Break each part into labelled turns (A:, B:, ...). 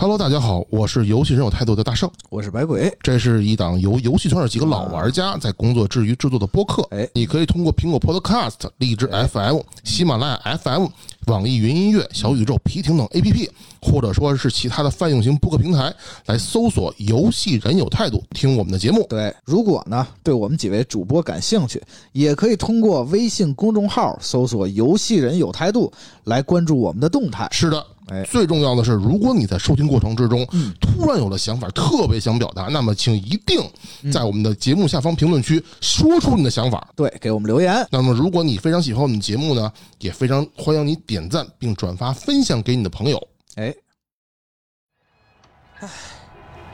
A: Hello，大家好，我是游戏人有态度的大圣，
B: 我是白鬼，
A: 这是一档由游戏圈的几个老玩家在工作之余制作的播客。
B: 哎
A: 你可以通过苹果 Podcast、荔枝 FM、喜马拉雅 FM、网易云音乐、小宇宙、皮艇等 APP，或者说是其他的泛用型播客平台来搜索“游戏人有态度”，听我们的节目。
B: 对，如果呢对我们几位主播感兴趣，也可以通过微信公众号搜索“游戏人有态度”来关注我们的动态。
A: 是的，
B: 哎嗯
A: 最重要的是，如果你在收听过程之中、突然有了想法，特别想表达，那么请一定
B: 嗯
A: 在我们的节目下方评论区说出你的想法。
B: 对，给我们留言。
A: 那么，如果你非常喜欢我们的节目呢，也非常欢迎你点赞并转发分享给你的朋友。
B: 哎，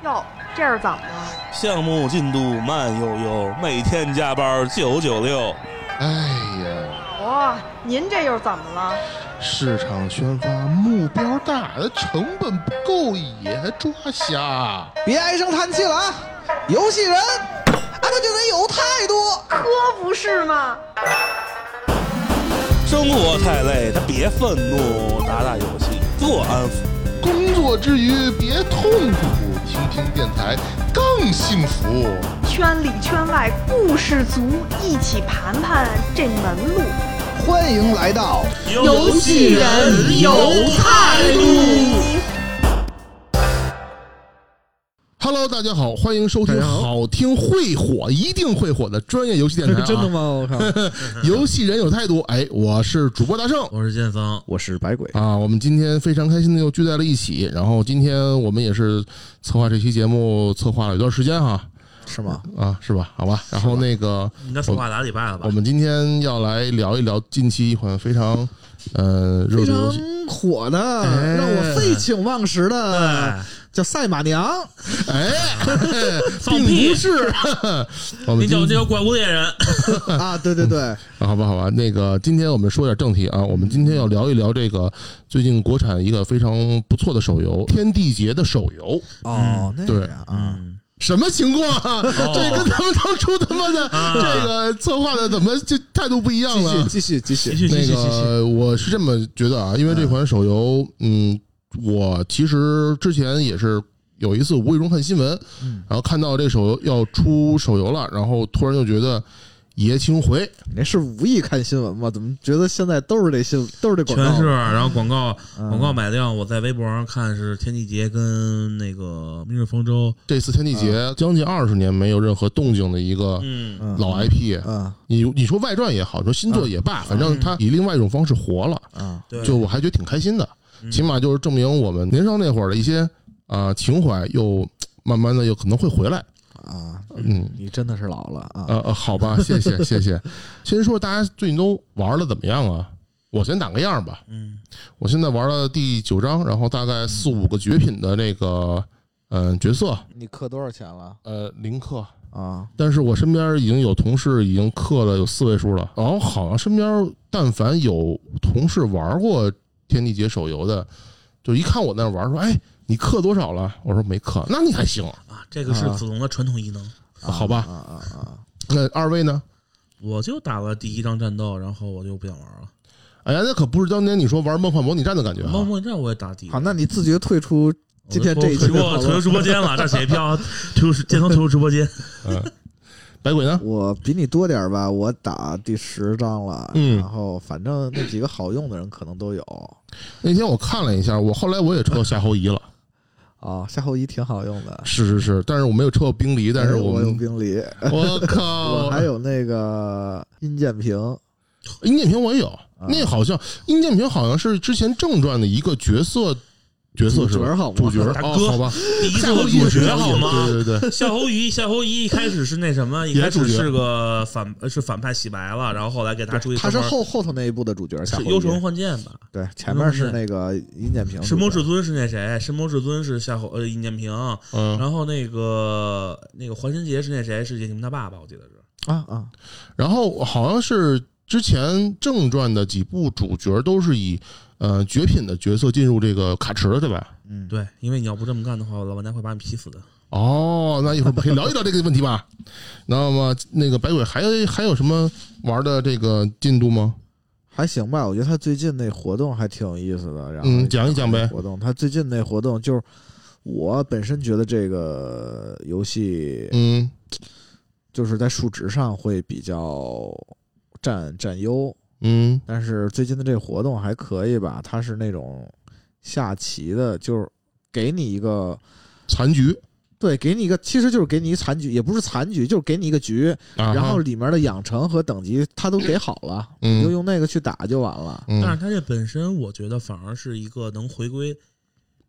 C: 哟，这是怎么了？
D: 项目进度慢悠悠，每天加班九九六。
A: 哎呀，
C: 哇、哦您这又怎么了？
A: 市场宣发目标大，成本不够也抓瞎。
B: 别唉声叹气了啊！游戏人啊，他就得有态度。
C: 可不是嘛！
D: 生活太累，他别愤怒，打打游戏，做安抚。
A: 工作之余别痛苦，听听电台更幸福。
C: 圈里圈外故事足，一起盘盘这门路。
B: 欢迎来到，
D: 游戏人有态度。
A: Hello，大家好，欢迎收听好听会火，一定会火的专业游戏电台、啊。
E: 真的？吗？我靠！
A: 游戏人有态度。哎，我是主播大圣，
F: 我是建芳，
B: 我是白鬼。
A: 啊，我们今天非常开心的又聚在了一起。然后今天我们也是策划这期节目，策划了一段时间哈，
B: 是吗？
A: 啊，是吧？好吧。然后那个，
F: 应该说话俩礼拜了吧
A: 我？们今天要来聊一聊近期一款非常呃热
E: 非
A: 度的游
E: 常
A: 戏。
E: 火的，
A: 哎
E: 让我废寝忘食的，
F: 哎，
E: 叫《赛马娘》，
A: 哎，
F: 放
A: 并
F: 屁
A: 不！是。我
F: 那
A: 们
F: 叫
A: 今
F: 那叫怪物猎人，
E: 啊，对对对，
A: 啊好吧，好吧。那个，今天我们说点正题啊，我们今天要聊一聊这个最近国产一个非常不错的手游《天地劫》的手游。
B: 哦，那
A: 对
B: 个呀啊，
A: 什么情况啊？这跟他们当初他妈的
F: 哦啊
A: 这个策划的怎么就态度不一样了？
E: 继续继续
F: 继
E: 继续，
F: 续继
A: 那
F: 续继续。
A: 个我是这么觉得啊，因为这款手游，嗯，我其实之前也是有一次无意中看新闻，
F: 嗯
A: 然后看到这手游要出手游了，然后突然就觉得爷青回，
E: 你那是无意看新闻吗？怎么觉得现在都是这新，都是这广告？
F: 全是，然后广告
E: 嗯
F: 广告买量，我在微博上看是天地劫跟那个明日方舟，
A: 这次天地劫将近二十年没有任何动静的一个
F: 啊嗯，啊
E: 嗯
A: 老 IP，
E: 啊
A: 你你说外传也好，你说新作也罢，反正它以另外一种方式活了。
E: 啊，
F: 对，
A: 就我还觉得挺开心的，
F: 嗯
A: 起码就是证明我们年少那会儿的一些啊、呃情怀又慢慢的又可能会回来。
E: 啊，
A: 嗯，
E: 你真的是老了啊！
A: 呃呃，好 吧，谢谢谢谢。先说大家最近都玩的怎么样啊？我先打个样吧。
F: 嗯，
A: 我现在玩了第九章，然后大概四五个绝品的那个嗯、呃角色
B: 你氪多少钱了
A: 呃零氪，
B: 啊？
A: 但是我身边已经有同事已经氪了有四位数了，然后哦好像身边但凡有同事玩过《天地劫》手游的，就一看我那玩说：“哎，你氪多少了？”我说：“没氪。”那你还行。
F: 啊，这个是子龙的传统异能，
E: 啊
A: 好吧
E: 啊啊啊！
A: 那二位呢？
F: 我就打了第一张战斗，然后我就不想玩了。
A: 哎呀，那可不是当年你说玩《梦幻模拟战》的感觉
F: 梦
A: 啊！
F: 幻战我也打第一
E: 好，
F: 张，
E: 那你自觉退出今天这一期
F: 我
E: 的
F: 退
E: 讨
F: 出退出
E: 论。
F: 直播间了，这谁票？退出建仓退出直播间，
A: 嗯，白鬼呢？
E: 我比你多点儿吧，我打第十章了，
A: 嗯
E: 然后反正那几个好用的人可能都有
A: 那天我看了一下，我后来我也抽到夏侯夷了，
E: 啊。夏侯夷挺好用的，
A: 是是是，但是我没有抽到冰梨，但是
E: 哎
A: 我
E: 我有
A: 们哦
E: 冰梨，
A: 哎 我靠，
E: 我还有那个殷建平，
A: 殷建平我也有，那好像殷建平好像是之前正传的一个角色，角色是
E: 主
A: 吧？
E: 角好吗
A: 主角
F: 大
A: 哦
F: 哥
A: 好吧？
F: 第一
A: 夏
F: 座
A: 侯夷
F: 主
A: 是
F: 角
A: 主角
F: 好吗？
A: 对对 对，
F: 夏侯夷，夏侯夷一开始是那什么，一
A: 也
F: 开
A: 主
F: 始
A: 角
F: 是个反呃是反派洗白了，然后后来给他出去
E: 他是
F: 专门
E: 后后头那一部的主角，夏
F: 是
E: 侯
F: 幽城
E: 夷。
F: 幻剑吧？
E: 对，前面是那个殷建平主角，
F: 神魔至尊是那谁？神魔至尊是夏侯呃尹建平，
A: 嗯。
F: 然后那个那个还神杰是那谁？是叶婷他爸爸，我记得是。
E: 啊啊，
A: 然后好像是之前正传的几部主角都是以呃绝品的角色进入这个卡池的，对吧？
E: 嗯，
F: 对，因为你要不这么干的话，老玩家会把你劈死的。
A: 哦，那一会儿我们可以聊一聊这个问题吧。 那么那个白鬼还还有什么玩的这个进度吗？
E: 还行吧。我觉得他最近那活动还挺有意思的，然后
A: 嗯，讲一讲呗。
E: 活动，他最近那活动就是我本身觉得这个游戏
A: 嗯
E: 就是在数值上会比较占占优，
A: 嗯
E: 但是最近的这个活动还可以吧？它是那种下棋的，就是给你一个
A: 残局
E: 对，给你一个，其实就是给你一残局，也不是残局，就是给你一个局，
A: 啊哈，
E: 然后里面的养成和等级它都给好了，你
A: 嗯
E: 就用那个去打就完了。
A: 嗯，
F: 但是它这本身，我觉得反而是一个能回归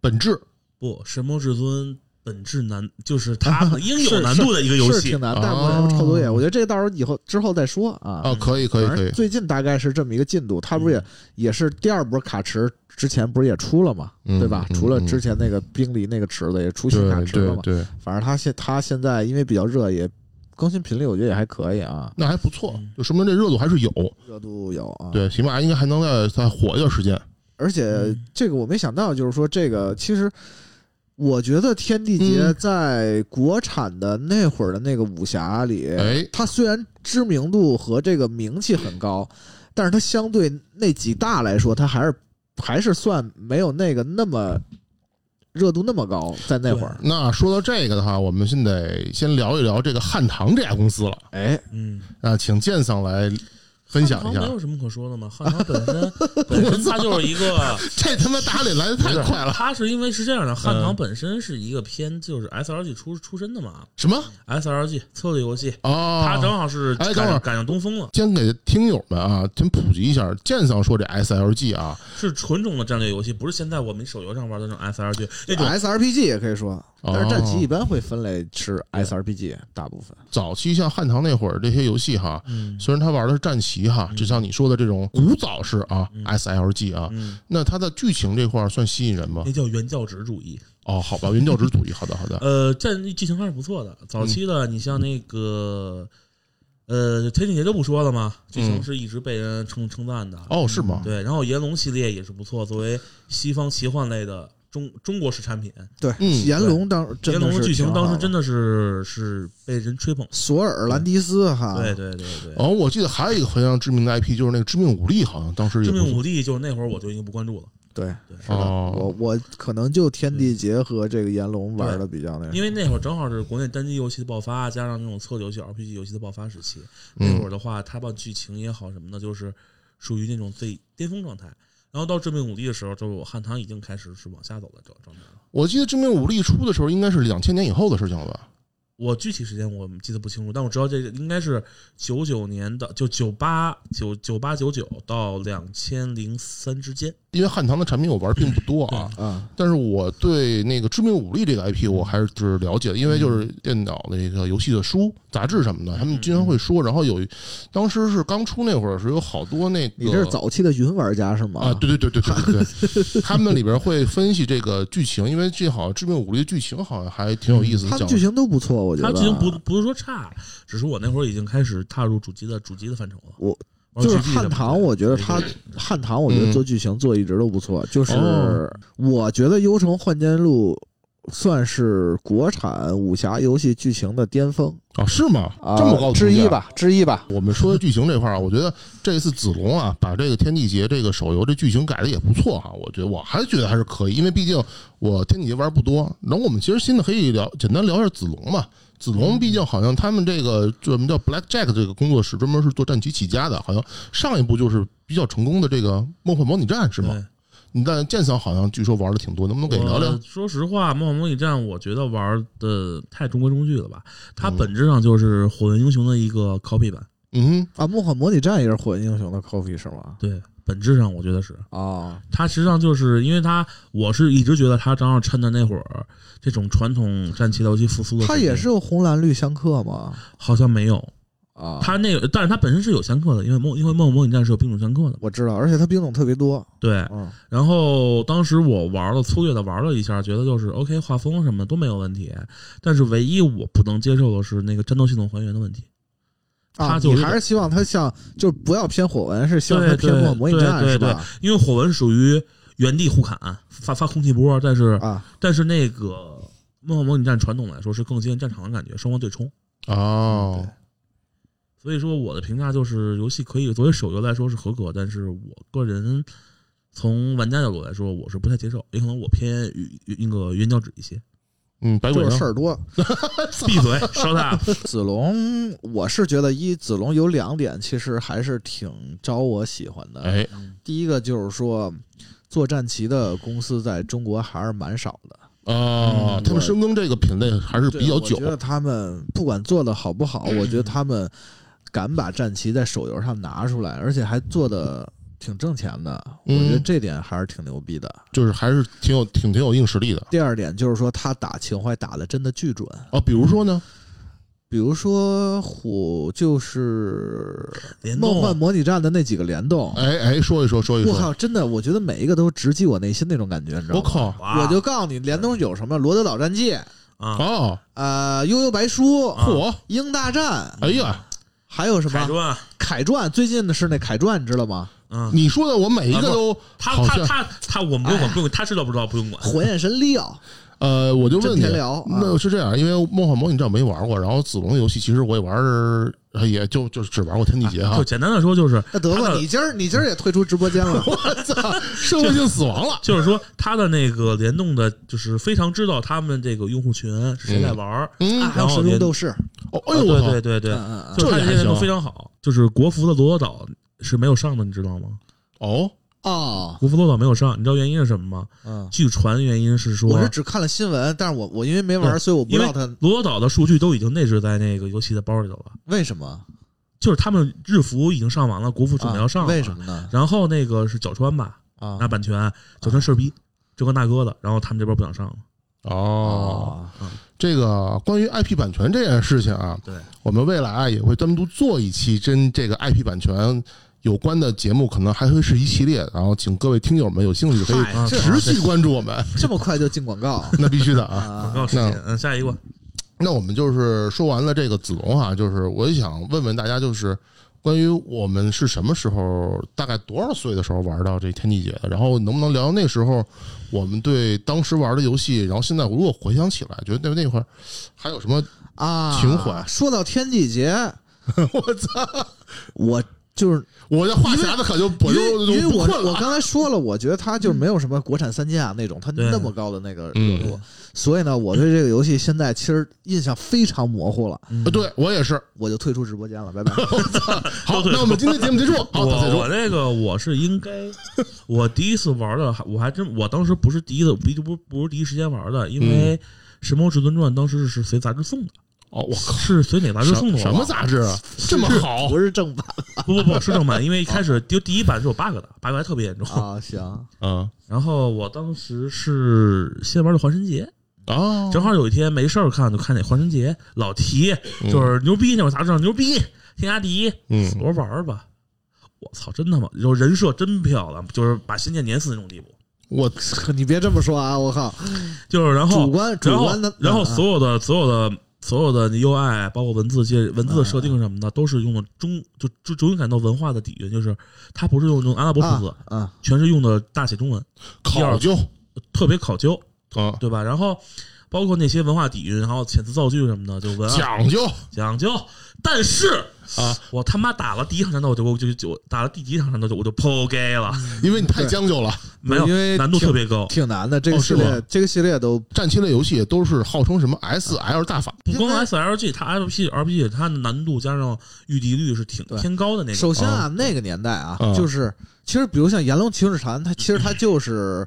A: 本质
F: 不神魔至尊本质难，就是它 应有难度的一个游
E: 是
F: 戏
E: 挺。难，但不是什么抄作业，
A: 哦
E: 我觉得这个到时候以后之后再说啊。
A: 啊，可以可以
E: 反
A: 可
E: 正
A: 以，
E: 最近大概是这么一个进度，它不是
A: 嗯
E: 也、也是第二波卡池之前不是也出了嘛，
A: 嗯
E: 对吧？
A: 嗯
E: 除了
A: 嗯
E: 之前那个冰梨那个池子也出新卡
A: 对
E: 池了
A: 对
E: 嘛，
A: 对，
E: 反正它现它现在因为比较热，也更新频率我觉得也还可以啊，
A: 那还不错
F: 嗯，
A: 就说明这热度还是有，
E: 热度有啊。，
A: 对，起码应该还能再再火一段时间，
E: 而且
F: 嗯
E: 这个我没想到，就是说这个其实。我觉得天地劫
A: 嗯
E: 在国产的那会儿的那个武侠里，
A: 哎，
E: 它虽然知名度和这个名气很高，但是它相对那几大来说，它还是还是算没有那个那么热度那么高，在那会儿。
A: 那说到这个的话，我们现得先聊一聊这个汉唐这家公司了
E: 哎，
F: 嗯，
A: 啊，请建桑来分享一
F: 汉唐没
A: 下。
F: 有什么可说的嘛，汉唐本 身本身它就是一个。
A: 这他妈打脸来的
F: 不
A: 太
F: 是
A: 快了！
F: 它是因为是这样的，汉唐
A: 嗯
F: 本身是一个偏就是 S R G 出出身的嘛
A: 什么？
F: ，S R G 策略游戏，
A: 哦，
F: 它正好是
A: 哎
F: 赶
A: 等会儿
F: 上赶上东风了，
A: 先给听友们啊，先普及一下，建桑说这 SLG 啊，
F: 是纯种的战略游戏，不是现在我们手游上玩的那种 S R G 那
A: 哎
F: 种。
E: SRPG 也可以说，
A: 哦
E: 但是战棋一般会分类是 SRPG 大部分。
A: 早期像汉唐那会儿这些游戏哈，
F: 嗯
A: 虽然他玩的是战棋哈，
F: 嗯
A: 就像你说的这种古早式啊
F: 嗯
A: SLG 啊，
F: 嗯，
A: 那它的剧情这块儿算吸引人吗
F: 那？叫原教旨主义。
A: 哦，好吧，原教旨主义，好的 好的，
F: 呃，战剧情还是不错的。早期的你像那个，呃，天地劫就不说了嘛，剧情
A: 嗯
F: 是一直被人称称赞的。
A: 哦，是吗？
F: 嗯对，然后炎龙系列也是不错，作为西方奇幻类的中中国式产品，
E: 对
A: 嗯
E: 炎龙当
F: 炎龙的剧情当时真
E: 的是挺好的。
F: 的是是被人吹捧。
E: 索尔兰迪斯哈，
F: 对对对对，
A: 哦，我记得还有一个非常知名的 IP，就是那个《致命武力》，好像当时也
F: 致
A: 不
F: 命武力就是那会儿我就已经不关注了，
E: 对
F: 对
E: 是的，
A: 哦
E: 我我可能就天地劫和这个炎龙玩的比较那什么，
F: 因为那会儿正好是国内单机游戏的爆发，加上那种策略游戏、RPG 游戏的爆发时期。那会
A: 嗯
F: 儿的话，它把剧情也好什么的，就是属于那种最巅峰状态。然后到致命武力的时候，就汉唐已经开始是往下走的状状态了。
A: 我记得《致命武力》出的时候应该是两千年以后的事情了吧？
F: 我具体时间我记得不清楚，但我知道这个应该是九九年的，就九八九九八九九到两千零三之间。
A: 因为汉唐的产品我玩并不多啊，
E: 啊，
A: 但是我对那个《致命武力》这个
F: 嗯
A: IP 我还是就是了解的，因为就是电脑的那个游戏的书、杂志什么的，他
F: 嗯
A: 们经常会说。然后有，当时是刚出那会儿是有好多那个，
E: 你这是早期的云玩家是吗？
A: 啊，对对对对对对对，他们里边会分析这个剧情，因为这好像《致命武力》剧情好像还挺有意思
E: 嗯他
A: 的，
E: 们
A: 讲
E: 剧情都不错，我觉得
F: 它剧情不不是说差，只是我那会儿已经开始踏入主机的主机的范畴了。
E: 我
F: 玩
E: 就是
F: GG 的
E: 汉唐，我觉得他汉唐，我觉
A: 嗯
E: 得做剧情做一直都不错。就是
A: 哦
E: 我觉得《幽城幻剑录》算是国产武侠游戏剧情的巅峰
A: 啊，是吗？
E: 啊，
A: 这么高的
E: 之一
A: 评价
E: 吧，之一吧。
A: 我们说的剧情这块儿，我觉得这次子龙啊，把这个《天地劫》这个手游这剧情改的也不错哈、我觉得我还觉得还是可以，因为毕竟我《天地劫》玩不多。然后我们其实新的可以聊，简单聊一下子龙嘛。子龙毕竟好像他们这个我们叫 Black Jack 这个工作室专门是做战棋起家的，好像上一部就是比较成功的这个《梦幻模拟战》是吗？
F: 对
A: 你但剑桑好像据说玩的挺多，能不能给聊聊
F: 我？说实话，《梦幻模拟战》我觉得玩的太中规中矩了吧？它
A: 嗯
F: 本质上就是《火纹英雄》的一个 copy 版，
A: 嗯
E: 啊，《梦幻模拟战》也是火影英雄的 copy 是吗？
F: 对，本质上我觉得是。
E: 啊，
F: 它实际上就是因为它，我是一直觉得它正好趁着那会儿这种传统战棋的游戏复苏的时
E: 它
F: 间，
E: 也是有红蓝绿相克吗？
F: 好像没有
E: 啊，
F: 它那个，但是它本身是有相克的，因为梦因为梦模拟战是有兵种相克的嘛，
E: 我知道，而且它兵种特别多。
F: 对。
E: 嗯，
F: 然后当时我玩了粗略的玩了一下，觉得就是 OK 画风什么都没有问题，但是唯一我不能接受的是那个战斗系统还原的问题。
E: 啊，
F: 它就是
E: 你还是希望它像，就是不要偏火纹，是希望
F: 对
E: 它偏
F: 对
E: 梦幻模拟战
F: 对
E: 是
F: 对
E: 吧？
F: 因为火纹属于原地互砍，发发空气波，但是、
E: 啊，
F: 但是那个梦幻模拟战传统来说是更接近战场的感觉，双方对冲。
A: 哦，
F: 所以说我的评价就是，游戏可以作为手游来说是合格，但是我个人从玩家角度来说，我是不太接受，也可能我偏于于那个原脚趾一些。
A: 嗯，白
B: 就
A: 鬼
B: 是
A: 呢
B: 事？儿多。
F: 闭嘴，烧大。
E: 子龙，我是觉得一子龙有两点，其实还是挺招我喜欢的。
A: 哎，
E: 第一个就是说，做战旗的公司在中国还是蛮少的，
A: 啊，他们深耕这个品类还是比较久
E: 我觉，得他们不管做的好不好， 我觉得他们敢把战旗在手游上拿出来，而且还做的挺挣钱的，我
A: 嗯
E: 觉得这点还是挺牛逼的。
A: 就是还是挺有挺挺有硬实力的
E: 第二点就是说，他打情怀打的真的巨准，
A: 啊。比如说呢，
E: 比如说虎就是
F: 联动
E: 梦幻模拟战的那几个联动，
A: 哎哎，说一说说一
F: 嗯
E: 我
A: 说，
E: 靠，真的，我觉得每一个都直击我内心那种感觉，你知道
A: 我
E: 吗？
A: 靠
F: 哇
E: 我就告诉你，联动有什么《罗德岛战记》
F: 啊，
A: 啊，
E: 呃，《悠悠白书》
A: 嚯，
E: 鹰大战》，
A: 哎呀，
E: 还有什
F: 凯
E: 么
F: 传，
E: 凯传？最近的是那凯传，你知道 吗？
F: 啊嗯，
A: 你说的我每一个都
F: 他
A: 好
F: 他
A: 像
F: 他他，我们不用管，不用管，他知道不知道不用管。
E: 火焰神利奥，
A: 呃，我就问
E: 真
A: 你
E: 天，聊啊，
A: 那是这样，因为《梦幻模拟战》没玩过，然后子龙的游戏其实我也玩儿，呃也就就只玩过天地劫哈
F: 就，简单的说，就是
E: 那得
F: 他
E: 吧，
F: 的
E: 哎你今儿你今儿也退出直播间 了，
A: 社会性死亡了，
F: 就是说他的那个联动的，就是非常知道他们这个用户群是谁在玩儿。
A: 嗯，
E: 啊还有
F: 然后
E: 神龙
F: 联
E: 斗士，
A: 哦，哎
F: 啊
A: 呦
F: 对
A: 我
F: 对
A: 操，
F: 对对对，
E: 嗯嗯嗯，
F: 就是他
A: 这
F: 这
A: 还
F: 些都
A: 行
F: 非常好。就是国服的罗德岛是没有上的，你知道吗？
A: 哦，
E: 哦，
F: 国服罗德岛没有上，你知道原因是什么吗？
E: 嗯，
F: 据传原因是说，
E: 我是只看了新闻，但是我我因为没玩，
F: 对
E: 所以我不知
F: 因为
E: 道他
F: 罗德岛的数据都已经内置在那个游戏的包里头了，
E: 为什么
F: 就是他们日服已经上完了，国服准备要上
E: 啊
F: 了。
E: 为什？么呢？
F: 然后那个是角川吧，
E: 啊
F: 拿版权，角川事儿逼，这个那哥的，然后他们这边不想上了。
A: 哦，
E: 啊
F: 嗯
A: 这个关于 IP 版权这件事情啊，
F: 对，
A: 我们未来啊也会单独做一期跟这个 IP 版权有关的节目，可能还会是一系列，然后请各位听友们有兴趣可以
F: 啊
E: 这
A: 持续关注我们，
E: 这么快就进广 告
A: 那必须的 啊。
E: 啊
F: 广？告时间，嗯，下一个，
A: 那我们就是说完了这个子龙哈、就是我也想问问大家，就是关于我们是什么时候，大概多少岁的时候玩到这天地劫的，然后能不能聊聊那时候我们对当时玩的游戏，然后现在如果回想起来，觉得那那会儿还有什么？
E: 啊，
A: 情怀
E: 说到天地劫，
A: 我操！
E: 我就是
A: 我这话匣子可就我
E: 因为
A: 就
E: 因为
A: 就不
E: 我
A: 困
E: 我
A: 了。
E: 刚才说了，我觉得它就是没有什么国产三家那种，它
F: 对
E: 那么高的那个热
A: 嗯
E: 度，所以呢，我对这个游戏现在其实印象非常模糊了，
F: 嗯
A: 啊，对我也是。
E: 我就退出直播间了，拜拜。
A: 好，
F: 对
A: 那我们今天节目结束。好，到此结
F: 我
A: 束
F: 我。那个我是 应该，我第一次玩的，我还真我当时不是第一次，不不不是第一时间玩的，因为《神魔至尊传》当时是随杂志送的，
A: 哦，嗯我靠，
F: 是随哪杂志
A: 什
F: 送的？
A: 什么？杂志啊？这么好
E: 不是正版
F: 不 不不是正版，因为一开
A: 哦
F: 始就第一版是有 bug 的，bug 还特别严重。
E: 啊，行，
A: 啊
F: 然后我当时是先玩的《华神节》，
A: 啊！
F: 正好有一天没事儿看，就看那《华神节》，老提就是牛逼，那会儿杂志上牛逼，天下第一，
A: 嗯
F: 我说玩儿吧。我操，真他妈，就是人设真漂亮，就是把仙剑碾死那种地步。
A: 我
E: 你别这么说啊，我靠，
F: 就是然后
E: 主观主
F: 然后
E: 观的，
F: 然后
E: 啊
F: 所有的所有的所有的 UI，包括文字界文字的设定什么的，都是用的中就就中英感到文化的底蕴，就是它不是用用阿拉伯数字，
E: 啊啊
F: 全是用的大写中文，
A: 考究
F: 特别考究，
A: 啊，
F: 对吧？然后包括那些文化底蕴，还有遣词造句什么的，就文案
A: 讲究
F: 讲究。但是
A: 啊，
F: 我他妈打了第一场战斗，我就我就就打了第几场战斗就我就抛 gay 了，
A: 因为你太将就了。
F: 没有
E: 嗯因为
F: 难度
E: 挺
F: 特别高，
E: 挺难的，这个
A: 哦
E: 系
A: 是吗
E: 列这个系列都
A: 战棋类游戏都是号称什么 S L 大法，
F: 不光
E: 现在
F: SLG，它 LP RPG 它的难度加上预敌率是挺
E: 对
F: 偏高的那种。
E: 首先啊，那个年代啊，
A: 嗯
E: 就是其实比如像《炎龙骑士团》，它其实它就是，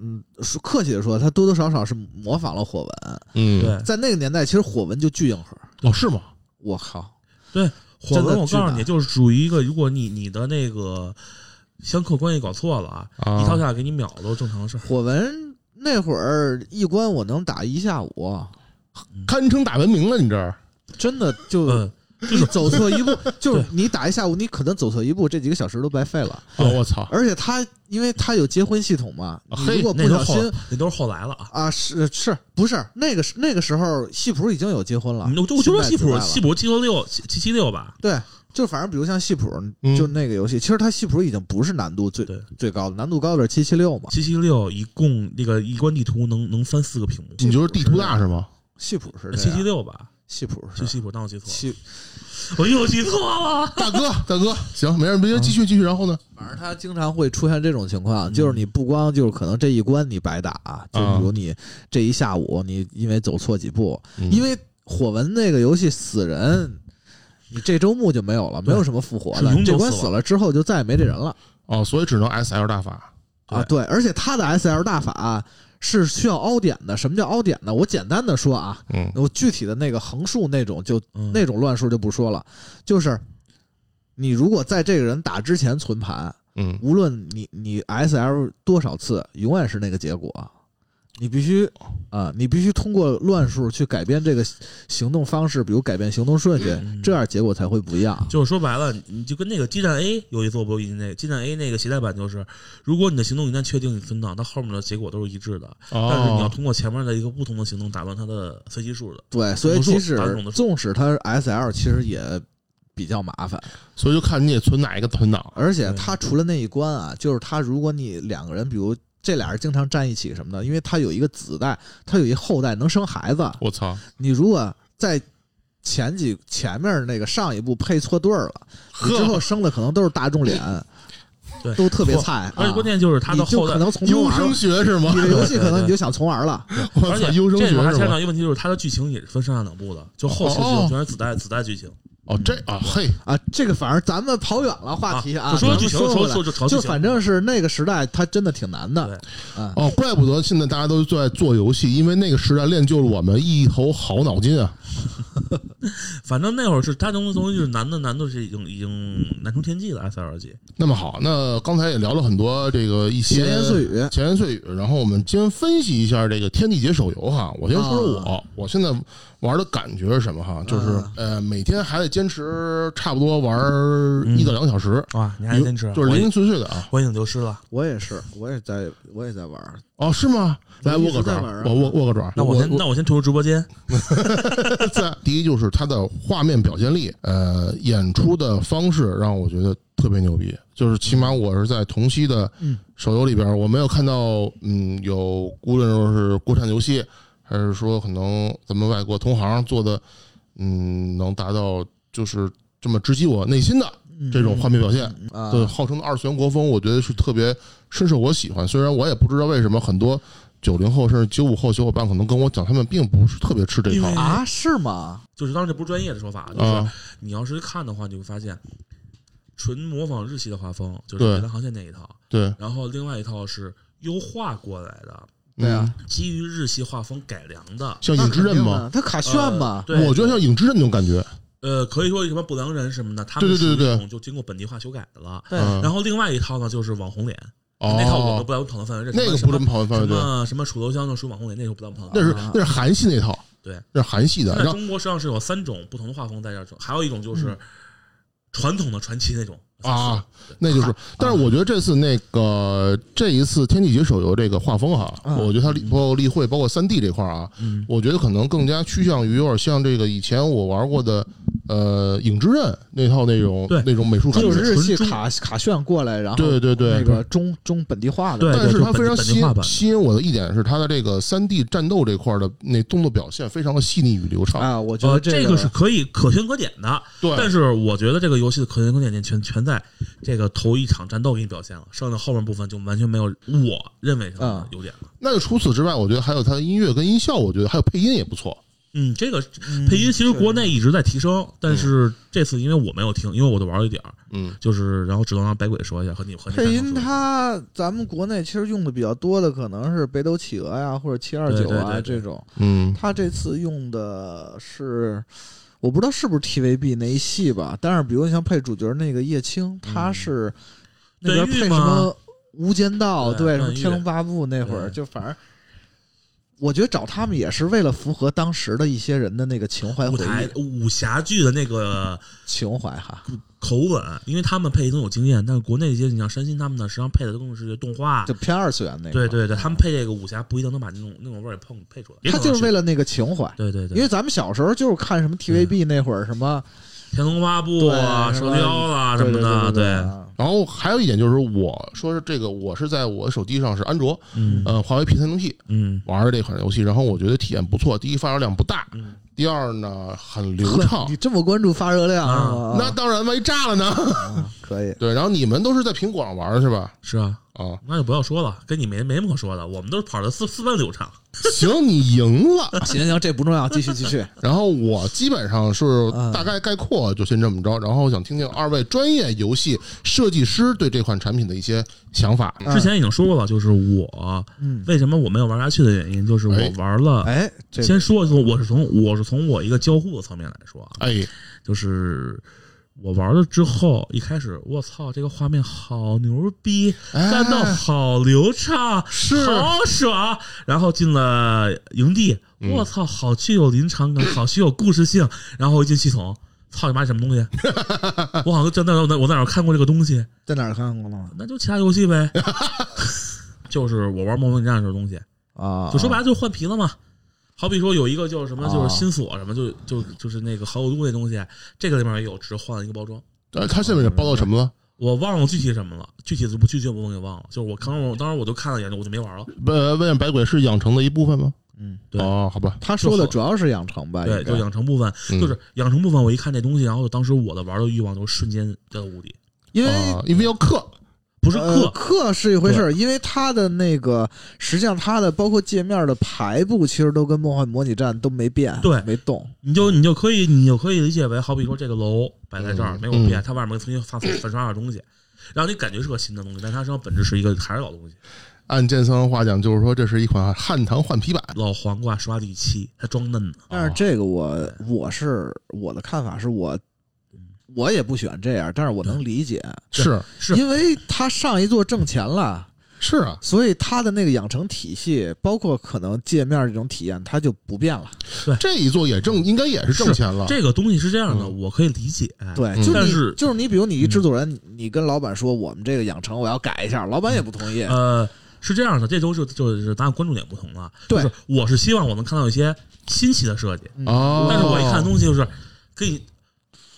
E: 嗯，说客气的说，它多多少少是模仿了火纹。
A: 嗯
F: 对，
E: 在那个年代，其实火纹就巨硬核。
A: 哦，是吗？
E: 我靠，
F: 火
E: 真的
F: 纹我
E: 巨
F: 告诉
E: 难
F: 你，就是属于一个，如果你你的那个相克关系搞错了啊，一套下给你秒都正常的事儿。
E: 火纹那会儿一关我能打一下午，
A: 堪称打文明了，你这儿
E: 真的就。
F: 嗯，
E: 你走错一步，就是
F: 对
E: 你打一下午，你可能走错一步，这几个小时都白费了。
A: 哦
F: 对
A: 我操，
E: 而且它，因为它有结婚系统嘛，
A: 啊
E: 你
A: 嘿
E: 如果
F: 那
E: 不
F: 都
E: 小
F: 是后
E: 心
F: 那都是后来了啊。
E: 啊，是是不是那个时那个时候，系谱已经有结婚了
F: 嗯我。就我就说
E: 现在
F: 西
E: 自带
F: 普
E: 了
F: 西普七六六七七七六吧，
E: 对，就反正比如像戏谱，
A: 嗯
E: 就那个游戏，其实它戏谱已经不是难度最
F: 对
E: 最高的，难度高的是七七六嘛。
F: 七七六一共那个一关地图能能翻四个屏幕，
A: 你就是地图大是吗？
E: 戏谱是这
F: 七
E: 样
F: 七，六吧，
E: 西普是
F: 是
E: 吧
F: 西普，那我记错了，
E: 西，
F: 我又记错了。
A: 大哥，大哥，行，没事，别继续继续。然后呢？
E: 反正他经常会出现这种情况，
F: 嗯
E: 就是你不光就是可能这一关你白打，啊就
A: 啊
E: 比如你这一下午你因为走错几步，
A: 嗯
E: 因为火纹那个游戏死人。你这周末就没有了，没有什么复活
F: 是
E: 的。
F: 永久
E: 这关
F: 死
E: 死了之后就再也没这人了
A: 哦，所以只能 S L 大法。
E: 啊！对，而且他的 SL 大法是需要凹点的。什么叫凹点呢？我简单的说啊，
A: 嗯
E: 我具体的那个横竖那种就
F: 嗯
E: 那种乱数就不说了，就是你如果在这个人打之前存盘，
A: 嗯，
E: 无论你你 S L 多少次，永远是那个结果。你必须啊、你必须通过乱数去改变这个行动方式，比如改变行动顺序，
F: 嗯
E: 这样结果才会不一样。
F: 就是说白了，你就跟那个基站 A 有一次我不有印那基站 A 那个携带版就是，如果你的行动一旦确定你存档，它后面的结果都是一致的，但是你要
A: 哦，
F: 通过前面的一个不同的行动打乱它的随机数的。
E: 对，所以
F: 总数
E: 即使
F: 打总的数
E: 纵使它 S L 其实也比较麻烦，
A: 所以就看你也存哪一个存档。
E: 而且
F: 对
E: 它除了那一关啊，就是它如果你两个人，比如这俩人经常站一起什么的，因为它有一个子代，它有一后代能生孩子，
A: 我操，
E: 你如果在前几前面那个上一步配错对儿了，你
A: 呵
E: 之后生的可能都是大众脸，
F: 对
E: 都特别菜啊。
F: 而且关键就是它
E: 你
F: 的
E: 就
F: 后代
E: 可，能从头
A: 优
E: 玩
A: 生
E: 了，
A: 学是吗
E: 你？的游戏可
F: 对对
E: 能
F: 对
E: 你就想重玩了。
A: 我
F: 而
A: 操，
F: 且
A: 优生
F: 这
A: 学
F: 里面还牵
A: 是
F: 扯
A: 吗？
F: 到一个问题，就是它的剧情也是分上下两部的，就后期的剧
A: 哦
F: 情全是子弹子弹剧情。
A: 哦，这啊，
F: 嗯
A: 嘿，
E: 啊，这个反正咱们跑远了话题啊，
F: 就说剧情，
E: 咱们
F: 说
E: 回来
F: 说就朝剧
E: 就
F: 情，
E: 反正是那个时代，它真的挺难的。啊，
A: 哦，怪不得现在大家都在做游戏，因为那个时代练就了我们一头好脑筋啊。
F: 反正那会儿是它东西东西就是难的难度是已经已经难出天际了 S L G。
A: 那么好，那刚才也聊了很多这个一些
E: 闲
F: 呃
E: 言碎语，
A: 闲言碎语，然后我们先分析一下这个《天地劫》手游哈。我先说说我，
F: 啊
A: 我现在玩的感觉是什么哈？就是、
E: 啊
A: 呃，每天还得坚持差不多玩一到两小时，
F: 啊，嗯你还坚持啊？
A: 就是
F: 我
A: 零
F: 已
A: 零碎碎的啊。
F: 我已经流失了。
E: 我也是，我也在，我也在玩儿。
A: 哦，是吗？来
E: 我一
A: 握
E: 直
A: 个
E: 在
A: 爪
E: 玩啊，
A: 我握握个爪。
F: 那我先那我先退出直播间。
A: 在 第一就是它的画面表现力，呃，演出的方式让我觉得特别牛逼。就是起码我是在同期的
E: 嗯
A: 手游里边，我没有看到，嗯，有无论说是国产游戏，还是说可能咱们外国同行做的，嗯，能达到就是这么直击我内心的
E: 嗯
A: 这种画面表现。
E: 啊，
A: 对，号称的二次元国风，我觉得是特别深受我喜欢。虽然我也不知道为什么很多九零后甚至九五后小伙伴可能跟我讲，他们并不是特别吃这
F: 因
A: 套
F: 为。
E: 啊，是吗？
F: 就是当然这不是专业的说法，就是
A: 啊，
F: 你要是看的话，你会发现，纯模仿日系的画风，就是
A: 对
F: 《北南航线》那一套，
A: 对，
F: 然后另外一套是优化过来的，
A: 对
E: 啊，
F: 基于日系画风改良的。
A: 嗯像影之刃吗？
E: 他卡炫嘛
F: 呃，对，
A: 我觉得像影之刃那种感觉。
F: 呃，可以说什么不良人什么的，他们
A: 对对对
F: 属于
A: 对
F: 那种就经过本地化修改的了。
E: 对
A: 嗯
F: 然后另外一套呢，就是网红脸，
A: 哦，
F: 那套我们不在我们讨论范围内。
A: 那个
F: 什
A: 不
F: 么
A: 是跑完范
F: 什
A: 围对，
F: 么什么楚留香就属于网红脸，那个不在我们讨论
A: 那
F: 范围内。
A: 是那是韩系那套，
F: 对，
A: 那是韩系的。
F: 现在
A: 然后嗯
F: 中国实际上是有三种不同的画风在这儿，还有一种就是传统的传奇那种呃
A: 啊，那就是，但
F: 啊
A: 是我觉得这次那个这一次《天地劫》手游这个画风哈，
E: 嗯
A: 我觉得它里包括例会，包括三 D 这块儿啊，
F: 啊嗯
A: 我觉得可能更加趋向于有点像这个以前我玩过的呃《影之刃》那套那种
F: 对
A: 那种美术感
E: 就是
A: 觉。
E: 日系
F: 纯中
E: 卡卡炫过来，然后
A: 对对对
E: 那个中中本地化的，
F: 对
A: 但是它
F: 就
A: 非常
F: 本地
A: 吸
F: 化版
A: 引吸引我的一点是它的这个三 D 战斗这块儿的那动作表现非常的细腻与流畅。
E: 啊，我觉
F: 呃，
E: 得
F: 这
E: 个
F: 个是可以可圈可点的，
A: 对，
F: 但是我觉得这个游戏的可圈可点点全全在这个头一场战斗给你表现了，剩下后面部分就完全没有我认为上的
E: 啊
F: 优点了。
A: 那就除此之外，我觉得还有它的音乐跟音效，我觉得还有配音也不错。
F: 嗯，这个配音其实国内一直在提升，但是这次因为我没有听，因为我就玩了一点儿，
A: 嗯，
F: 就是然后只能让白鬼说一下和你和你
E: 配
F: 单
E: 音
F: 独说
E: 它咱们国内其实用的比较多的可能是北斗企鹅呀，或者七二九啊
F: 对对对对
E: 这种，
A: 嗯，
E: 它这次用的是。我不知道是不是 TVB 那一系吧，但是比如像配主角那个叶青，他是那边
F: 段誉
E: 配什
F: 嗯吗
E: 么《无间道》
F: 对
E: 对什么《
F: 段誉
E: 天龙八部》那会儿，
F: 对
E: 就反正我觉得找他们也是为了符合当时的一些人的那个情怀
F: 舞
E: 回
F: 台嗯
E: 忆
F: 武侠剧的那个
E: 情怀哈。
F: 口吻，因为他们配音都有经验，但是国内一些你像山新他们呢，实际上配的更是动画
E: 就，偏二次元那个。
F: 对对对，他们配这个武侠不一定能把那种那种味儿碰配出来，
E: 他就是为了那个情怀，
F: 对对对，
E: 因为咱们小时候就是看什么 TVB 那会儿什么
F: 天龙八部啊、
E: 对
F: 射雕啦什
E: 对
F: 么
E: 对
F: 的，
E: 对对
F: 对，
E: 啊
A: 然后还有一点就是，我说是这个，我是在我手机上是安卓，
F: 嗯
A: 呃，华为 P 三零 P
F: 嗯
A: 玩的这款游戏，然后我觉得体验不错。第一，发烧量不大；
F: 嗯，
A: 第二呢 很流畅
E: 你。这么关注发热量
F: 啊
E: 啊？
A: 那当然，万一炸了 呢？
E: 啊可以，
A: 对，然后你们都是在苹果上玩的是吧？
F: 是啊，
A: 啊，
F: 那就不要说了，跟你没没什么可说的，我们都是跑的四四万流畅。
A: 行，你赢了。
E: 行行，这不重要，继续继续。
A: 然后我基本上是大概概括就先这么着，然后想听听二位专业游戏设计师对这款产品的一些想法。
E: 嗯
F: 之前已经说过了，就是我
E: 嗯，
F: 为什么我没有玩下去的原因，就是我
A: 哎
F: 玩了。
E: 哎，这
F: 啊先说一说，我是从我是从我一个交互的层面来说啊，
A: 哎，
F: 就是我玩了之后，一开始我操，这个画面好牛逼，
A: 哎
F: 战斗好流畅，
A: 是
F: 啊好爽。然后进了营地，
A: 嗯
F: 我操，好具有临场感，好具有故事性。然后一进系统，操你妈什么东西？我好像在那儿我在我在哪儿看过这个东西，
E: 在哪儿看过了
F: 那就其他游戏呗。 就是我玩《魔幻战士》的东西，
E: 啊？
F: 就说白了就是换皮了嘛。好比说有一个叫什么，就
E: 啊
F: 是新锁什么，就就就是那个好友度那东西，这个里面也有，只是换了一个包装。
A: 呃，他下面报道什么了？
F: 我忘了具体什么了，具体是不具体我给忘了。就是我刚我当时我就看了一眼，我就没玩了。
A: 呃，问百鬼是养成的一部分吗？
E: 嗯，
F: 对
A: 哦，好吧，
E: 他说的
F: 就好
E: 主要是养成吧？
F: 对，
E: 应该
F: 就养成部分，
A: 嗯
F: 就是养成部分。我一看这东西，然后当时我的玩的欲望就瞬间掉到谷底，
E: 因为
A: 啊，因为要氪，
F: 不是
E: 呃
F: 氪，
E: 氪是一回事儿，因为它的那个实际上它的包括界面的排布，其实都跟梦幻模拟战都没变，
F: 对
E: 没动。
F: 你就你就可以你就可以理解为，好比说这个楼摆在这儿
A: 嗯
F: 没有变，它外面重新发粉刷点东西，然后你感觉是个新的东西，但它实际上本质是一个还是老东西，
A: 按剑三的话讲，就是说这是一款汉唐换皮版。
F: 老黄瓜刷地漆，还装嫩呢。
E: 但是这个我我是我的看法是我我也不喜欢这样，但是我能理解，
A: 是
F: 是
E: 因为它上一座挣钱了。
A: 是啊，
E: 所以它的那个养成体系，包括可能界面这种体验，它就不变了。
A: 这一座也挣，应该也是挣钱了。
F: 啊这个东西是这样的，
A: 嗯
F: 我可以理解。
E: 对，
A: 嗯
E: 就
F: 但
E: 你
F: 是
E: 就是你，比如你一制作人，
F: 嗯
E: 你跟老板说我们这个养成我要改一下，老板也不同意。
F: 呃，是这样的，这都是就是咱俩关注点不同了。
E: 对
F: 就是我是希望我能看到一些新奇的设计，
E: 嗯
A: 哦
F: 但是我一看东西就是跟你。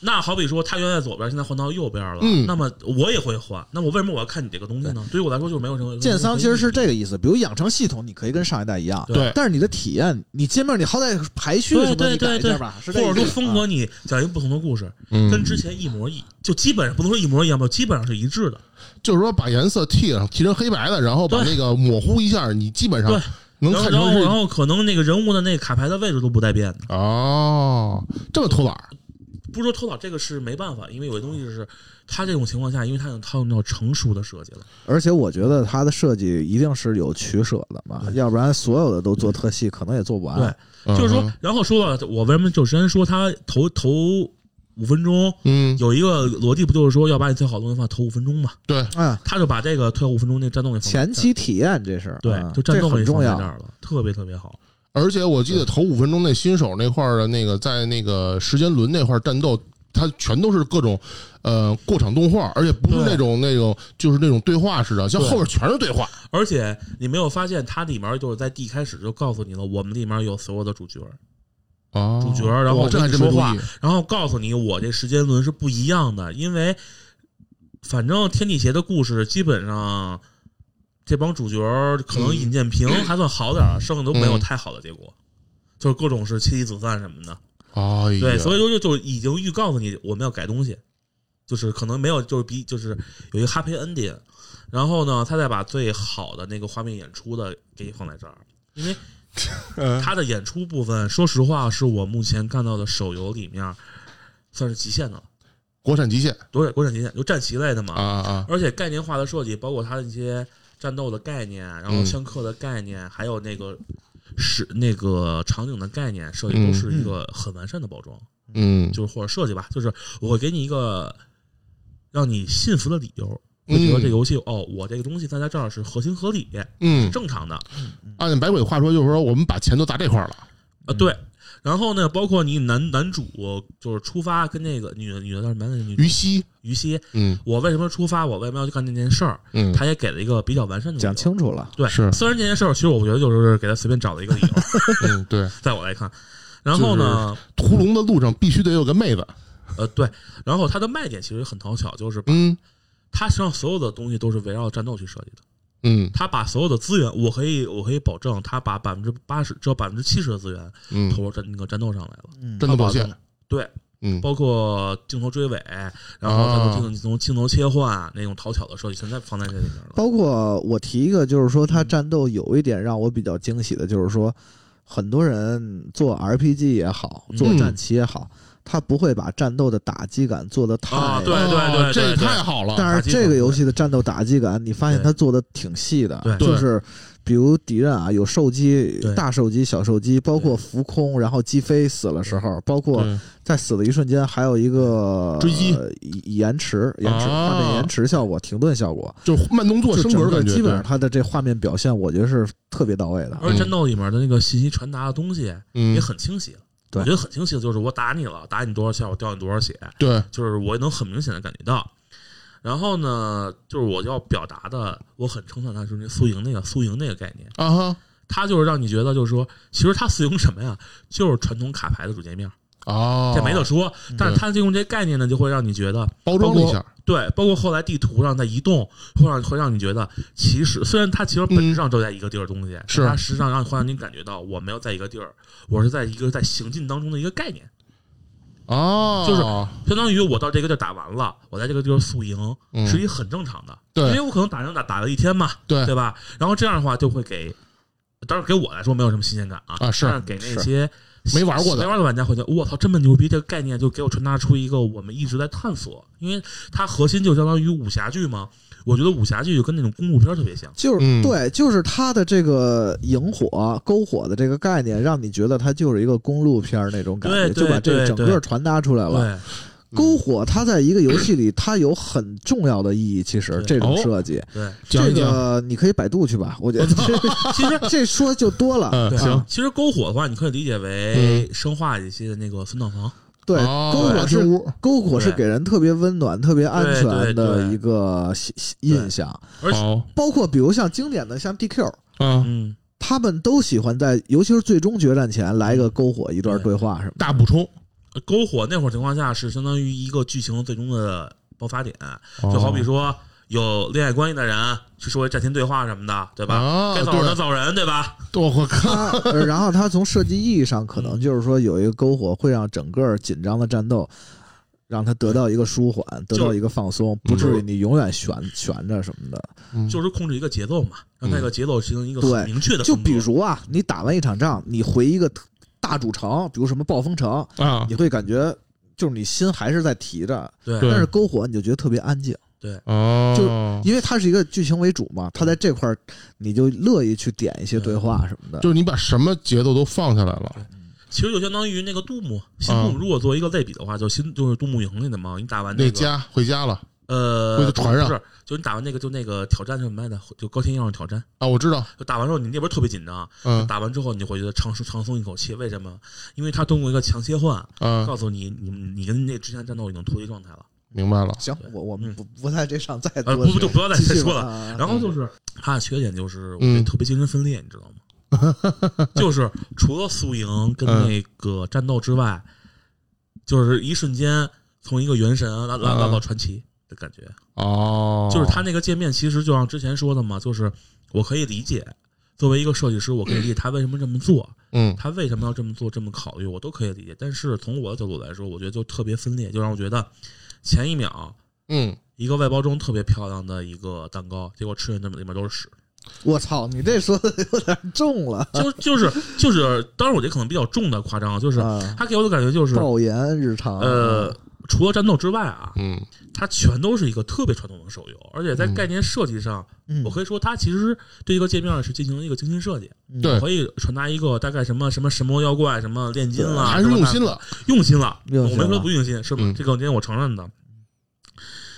F: 那好比说，他原来在左边，现在换到右边了。
A: 嗯
F: 那么我也会换。那我为什么我要看你这个东西呢？对于我来说，就没有什么。
E: 建
F: 没有
E: 商
F: 意义
E: 其实是这个意思，比如养成系统，你可以跟上一代一样，
F: 对
A: 对
E: 但是你的体验，你界面你好歹排序
F: 对
E: 什么的
F: 对
E: 你改
F: 对
E: 一下
F: 对
E: 吧，是
F: 或
E: 这意思嗯
F: 者说风格，你讲一个不同的故事，跟
A: 嗯，
F: 之前一模一，就基本上不能说一模一样吧，基本上是一致的。
A: 就是说把颜色剃上，剃成黑白的，然后把
F: 对
A: 那个模糊一下，你基本上
F: 对
A: 能
F: 然后
A: 看
F: 然
A: 成
F: 后然
A: 是
F: 后可能那个人物的那个卡牌的位置都不带变的。
A: 哦，这么偷懒儿
F: 不是说偷懒，这个是没办法，因为有些东西是它这种情况下，因为它有它有那种成熟的设计了。
E: 而且我觉得它的设计一定是有取舍的嘛，要不然所有的都做特细，可能也做不完。
F: 对，就
A: 嗯
F: 是说
A: 哼，
F: 然后说了，我为什么就之前说它头头五分钟
A: 嗯，
F: 有一个逻辑，不就是说要把你最好的东西放头五分钟嘛？
A: 对，
E: 嗯，
F: 他就把这个退五分钟那战斗给放
E: 前期体验这是
F: 对，
E: 嗯
F: 就战
E: 这
F: 斗给
E: 很
F: 放
E: 重
F: 在
E: 要
F: 这。儿了，特别特别好。
A: 而且我记得头五分钟那新手那块儿的那个在那个时间轮那块儿战斗，它全都是各种呃过场动画，而且不是
F: 对
A: 那种那种就是那种对话似的，像
F: 对
A: 后面全是对话。
F: 而且你没有发现，它里面就是在第一开始就告诉你了，我们里面有所有的主角，
A: 哦
F: 主角然后
A: 我这还真没
F: 说
A: 注
F: 话
A: 意。
F: 然后告诉你我这时间轮是不一样的，因为反正天地邪的故事基本上这帮主角儿可能
A: 嗯
F: 尹建平还算好点儿，剩下都没有
A: 嗯
F: 太好的结果。就是各种是妻离子散什么的，
A: 哎呀，
F: 对，所以说就就已经预告诉你我们要改东西，就是可能没有就是比就是有一个 happy ending，然后呢，他再把最好的那个画面演出的给你放在这儿，因为他的演出部分，说实话是我目前看到的手游里面算是极限的了，
A: 国产极限
F: 国产国产极限就战棋类的嘛，
A: 啊啊，
F: 而且概念化的设计，包括它的一些战斗的概念，然后
A: 嗯
F: 相克的概念，还有那个是那个场景的概念设计，都
A: 嗯
F: 是一个很完善的包装。
A: 嗯，
F: 就是或者设计吧，就是我会给你一个让你信服的理由，会觉得这游戏、哦，我这个东西在在这儿是合情合理、
A: 嗯，
F: 正常的啊、
A: 按百鬼话说就是说我们把钱都砸这块儿了。
F: 呃对。然后呢，包括你男男主就是出发跟那个女的女的叫什么来着？女主
A: 于西，
F: 于西，
A: 嗯
F: 我为什么出发？我为什么要去干这件事儿？
A: 嗯，
F: 他也给了一个比较完善的理由
E: 讲。清楚了，
F: 对，
A: 是
F: 虽然这件事儿，其实我觉得就是给他随便找了一个理由，
A: 嗯对，
F: 在我来看。然后呢，
A: 屠龙的路上必须得有个妹子。
F: 呃，对，然后它的卖点其实很讨巧，就是
A: 嗯，
F: 它实际上所有的东西都是围绕战斗去设计的。
A: 嗯
F: 他把所有的资源，我可以我可以保证，他把百分之八十，只有百分之七十的资源
A: 嗯，
F: 投入战那个战斗上来了。
A: 战斗
F: 他把
A: 表现，
F: 对，
A: 嗯，
F: 包括镜头追尾，然后
A: 啊
F: 战斗镜头镜头切换那种讨巧的设计，全在放在这里面了。
E: 包括我提一个，就是说它战斗有一点让我比较惊喜的，就是说很多人做 RPG 也好，
F: 嗯
E: 做战棋也好，他不会把战斗的打击感做得太。
F: 啊对
A: 啊
F: 对对
A: 这
F: 对对
A: 太好了，
E: 但
F: 打
E: 是
F: 击
E: 这
F: 感
E: 个
F: 对
E: 游戏的战斗打击感，你发现
F: 对
E: 它做的挺细的，
F: 对
E: 就是比如敌人啊有受击
F: 对，
E: 大受击、小受击，包括
F: 对
E: 浮空，然后击飞死了时候，包括
A: 对
E: 在死的一瞬间，还有一个
A: 追击
E: 呃延迟、延迟、
A: 啊
E: 画面延迟效果、停顿效果，
A: 就是慢动作
E: 就
A: 升格
E: 整
A: 的
E: 个
A: 感觉，
E: 基本上
A: 对
E: 它的这画面表现，我觉得是特别到位的。
F: 而且战斗里面的那个信息传达的东西
A: 嗯
F: 也很清晰，
E: 对
F: 我觉得很清晰，就是我打你了，打你多少下，我掉你多少血，
A: 对，
F: 就是我能很明显的感觉到。然后呢，就是我要表达的，我很称赞他是那宿营那个宿营那个概念，
A: 啊哈
F: 他就是让你觉得就是说，其实他宿营什么呀，就是传统卡牌的主界面，
A: 哦，
F: 这没得说。但是他利用这概念呢，就会让你觉得，
A: 包装了一下，
F: 对，包括后来地图上在移动，会让会让你觉得，其实虽然它其实本质上都在一个地儿的东西，
A: 嗯是
F: 但它实际上让会让你感觉到我没有在一个地儿，我是在一个在行进当中的一个概念，
A: 哦，
F: 就是相当于我到这个地儿打完了，我在这个地儿宿营，
A: 嗯
F: 是一很正常的，
A: 对
F: 因为我可能打仗打打了一天嘛，
A: 对
F: 对吧？然后这样的话就会给，当然给我来说没有什么新鲜感啊，
A: 啊是
F: 但给那些
A: 没玩过的
F: 没玩的玩家会觉得，我操，这么牛逼！这个概念就给我传达出一个我们一直在探索，因为它核心就相当于武侠剧嘛。我觉得武侠剧就跟那种公路片儿特别像，
E: 就是、
A: 嗯
E: 对，就是它的这个引火、篝火的这个概念，让你觉得它就是一个公路片儿那种感觉，
F: 对对
E: 就把这个
F: 对
E: 整个
F: 对
E: 传达出来了。
F: 对
E: 篝火它在一个游戏里，它有很重要的意义。其实这
F: 对
E: 种
A: 哦
E: 设计，
F: 对。
A: 讲一
E: 这
A: 讲，
E: 个你可以百度去吧，我 觉得这
F: 其实
E: 这说就多了。
A: 嗯
F: 对啊
A: 行，
F: 其实篝火的话，你可以理解
A: 嗯
F: 为生化一些的那个分档房，
E: 对，
A: 哦
E: 篝火
A: 大
E: 是
A: 厅屋
E: 篝火是
F: 对
E: 给人特别温暖、特别安
F: 对
E: 全
F: 对
E: 的
F: 对
E: 一个西西印象。
F: 而且
A: 好，
E: 包括比如像经典的像 DQ，
A: 嗯，
F: 嗯，
E: 他们都喜欢在，尤其是最终决战前来一个篝火一段
A: 嗯
E: 对话 什么的。
A: 大补充，
F: 篝火那会儿情况下是相当于一个剧情最终的爆发点，
A: 哦
F: 就好比说有恋爱关系的人去说战前对话什么的，对吧？
A: 啊
F: 该走人
A: 对
F: 的走人，对吧？
A: 哦，我靠，
E: 他呃然后他从设计意义上，可
A: 嗯
E: 能就是说有一个篝火会让整个紧张的战斗，让他得到一个舒缓，得
F: 就
E: 到一个放松，不至于你永远悬悬着什么的。
A: 嗯
F: 就是控制一个节奏嘛，让那个节奏形成一个
E: 对
F: 很明确的
E: 就
F: 风格。
E: 比如啊，你打完一场仗，你回一个特大主城，比如什么暴风城，
A: 啊
E: 你会感觉就是你心还是在提着，
F: 对
A: 对
E: 但是篝火你就觉得特别安静，
A: 哦，就
E: 因为它是一个剧情为主嘛，它在这块儿你就乐意去点一些对
A: 嗯
E: 话什么的。
A: 就是你把什么节奏都放下来了，
F: 其实就相当于那个杜牧，新
A: 啊
F: 牧如果做一个类比的话，就新就是杜牧营里的嘛，你打完
A: 那
F: 个
A: 家回家了
F: 呃
A: 回到船上
F: 不是，就你打完那个就那个挑战是什么来着？就高天要上挑战，
A: 啊，我知道，
F: 就打完之后你那边特别紧张，啊
A: 嗯
F: 打完之后你就会觉得长舒长松一口气，为什么？因为他通过一个强切换，
A: 嗯，
F: 告诉你你你跟那之前战斗已经脱离状态了。
A: 明白了，
E: 行，我我们
F: 嗯
E: 不不在这上再
F: 呃，
E: 多
F: 不不就不要再
E: 继
F: 再
E: 续啊
F: 说了。
E: 了。
F: 然后就是他的缺点就是，我觉
A: 嗯
F: 得特别精神分裂，你知道吗？ 就是除了宿营跟
A: 嗯
F: 那个战斗之外，就是一瞬间从一个原神拉拉拉到
A: 嗯
F: 传奇的感觉，
A: 哦，
F: 就是他那个界面其实就像之前说的嘛，就是我可以理解，作为一个设计师，我可以理解他为什么这么做，
A: 嗯
F: 他为什么要这么做，这么考虑，我都可以理解。但是从我的角度来说，我觉得就特别分裂，就让我觉得前一秒
A: 嗯，
F: 一个外包装特别漂亮的一个蛋糕，结果吃的那里面都是屎。
E: 我操，你这说的有点重了，
F: 就就是就是，当然我这可能比较重的夸张，就是
E: 啊
F: 他给我的感觉就是，
E: 爆言日常。
F: 呃，除了战斗之外啊，
A: 嗯
F: 它全都是一个特别传统的手游，而且在
A: 嗯
F: 概念设计上，
E: 嗯，
F: 我可以说它其实对一个界面是进行了一个精心设计，
E: 嗯
A: 对，
F: 可以传达一个大概什么什么神魔妖怪、什么炼金啦，
A: 啊还是
F: 这
A: 用
F: 那
A: 心了，
F: 用心了，
E: 用
F: 我
E: 心
F: 没说
E: 了
F: 不用心，是吧？
A: 嗯
F: 这个今天我承认的，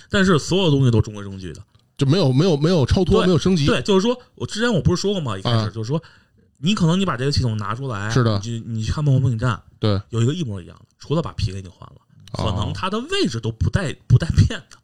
F: 但是所有东西都中规中矩的。
A: 就没有没有没有超脱，
F: 对
A: 没有升级，
F: 对，就是说我之前我不是说过吗？一开始、
A: 啊
F: 就是说，你可能你把这个系统拿出来，
A: 是的嗯
F: 你去你去看《梦幻模拟战》，
A: 对，
F: 有一个一模一样的，除了把皮给你换了，可
A: 哦
F: 能它的位置都不带不带变的，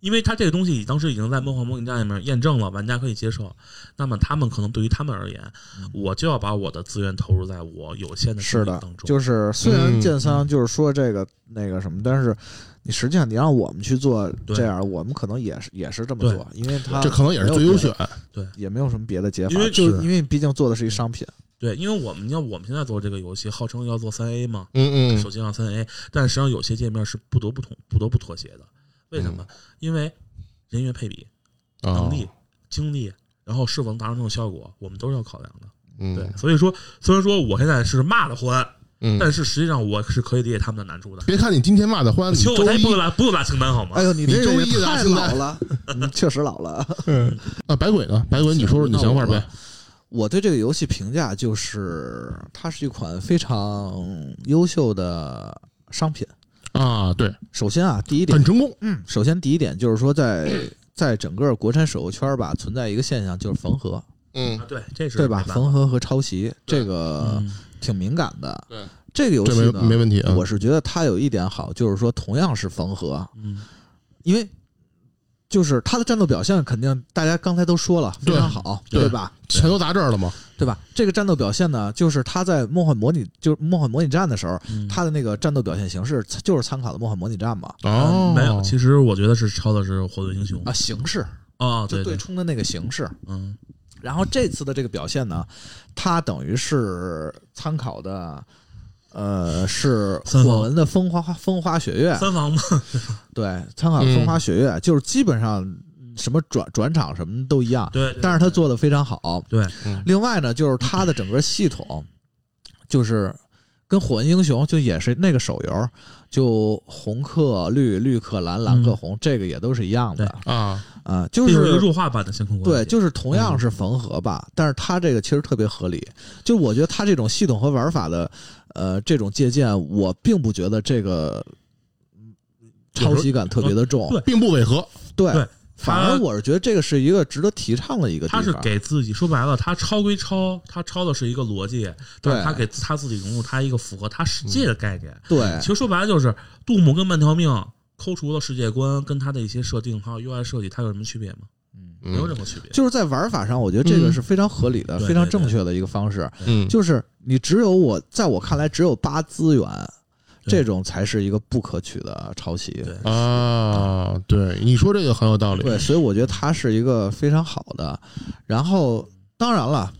F: 因为它这个东西当时已经在《梦幻模拟战》里面验证了，玩家可以接受。那么他们可能对于他们而言，
A: 嗯
F: 我就要把我的资源投入在我有限的
E: 是
F: 精力
E: 的
F: 当，中。
E: 就是虽
A: 嗯
E: 然建仓就是说这个那个什么，但是你实际上你让我们去做
F: 对
E: 这样，我们可能也是也是这么
F: 对
E: 做，因为它
A: 这可能也是
E: 没有
A: 最优
E: 别
A: 选
E: 的，也没有什么别的解法，
F: 因为
E: 就是因为毕竟做的是一商品，
F: 对，因为我们要我们现在做这个游戏，号称要做三 A 嘛，
A: 嗯嗯
F: 手机上三 A，但实际上有些界面是不得不妥不得不妥协的。为什么？
E: 嗯
F: 因为人员配比、
A: 啊
F: 能，力、
E: 哦
F: 精力，然后是否能达成这种效果，我们都是要考量的。
A: 嗯
F: 对，所以说虽然说我现在是骂的欢，但
A: 嗯，
F: 是实际上我是可以理解他们的难处的。
A: 别看你今天骂的欢，你
F: 请
A: 周
F: 我才不
A: 一
F: 拉不拉清单好吗？
E: 哎呦，你这
A: 周
E: 个
A: 一
E: 也
A: 的
E: 太
A: 现在
E: 老了，你确实老了。
A: 啊，白鬼呢？白鬼，你说说你的想法呗。
E: 我对这个游戏评价就是，它是一款非常优秀的商品。
A: 啊，对，
E: 首先啊，第一点
A: 很，成功，
E: 首先第一点就是说在，在整个国产手游圈儿吧，存在一个现象就是缝合，
A: 嗯
F: 啊，对，这
E: 哎
F: 是
E: 对吧？呃
F: 没办法
E: 缝合和抄袭这个
F: 嗯
E: 挺敏感的。
A: 对，
E: 这个游
A: 这
E: 戏
A: 没
E: 呢，
A: 没问题啊。
E: 我是觉得它有一点好，就是说同样是缝合，
F: 嗯，
E: 因为就是它的战斗表现肯定大家刚才都说了非
A: 对
E: 常好，
A: 对
E: 吧？
A: 钱都砸这儿了嘛，
E: 对吧？这个战斗表现呢，就是他在梦幻模拟，就是梦幻模拟战的时候，
F: 嗯
E: 他的那个战斗表现形式就是参考的梦幻模拟战嘛。
A: 哦，
F: 呃没有，其实我觉得是抄的是《火遁英雄
E: 啊，》形式
F: 啊，
E: 就
F: 嗯对
E: 对，冲的那个形式。
F: 嗯，
E: 然后这次的这个表现呢，它等于是参考的，呃，是
F: 三
E: 火
F: 方
E: 纹的风花风花雪月，
F: 三嗯防嘛，
E: 对，参考风花雪月，就是基本上什么转转场什么都一样，
F: 对，
E: 但是他做的非常好。
F: 对
A: 嗯
E: 另外呢，就是他的整个系统，就是跟火纹英雄就也是那个手游，就红克绿、绿克蓝、蓝
F: 嗯
E: 克红，这个也都是一样的啊、
A: 啊，
E: 就
F: 这就是一个
E: 是。
F: 弱化版的《星空关
E: 对，
F: 系》，
E: 就是同样是缝合吧，但是它这个其实特别合理。就我觉得它这种系统和玩法的，呃，这种借鉴，我并不觉得这个嗯抄袭感特别的重。
F: 对
A: 并不违和，
E: 对
F: 对
E: 反而
F: 它
E: 我是觉得这个是一个值得提倡的一个地
F: 他
E: 方。
F: 是给自己说白了，他抄归抄，他抄的是一个逻辑，但是他给他自己融入他一个符合他世界的概念。
E: 对
F: 其实说白了就是杜牧跟慢条命抠除了世界观，跟他的一些设定还有 UI 设计，它有什么区别吗？没有
A: 嗯
F: 任何区别。
E: 就是在玩法上，我觉得这个
A: 嗯
E: 是非常合理的、
F: 对
E: 非常正确的一个方式。
A: 嗯，
E: 就是你只有我，在我看来，只有扒资源，
F: 对
E: 这种才是一个不可取的抄袭。
F: 对
A: 嗯啊，对，你说这个很有道理，
E: 对，所以我觉得它是一个非常好的。然后，当然了，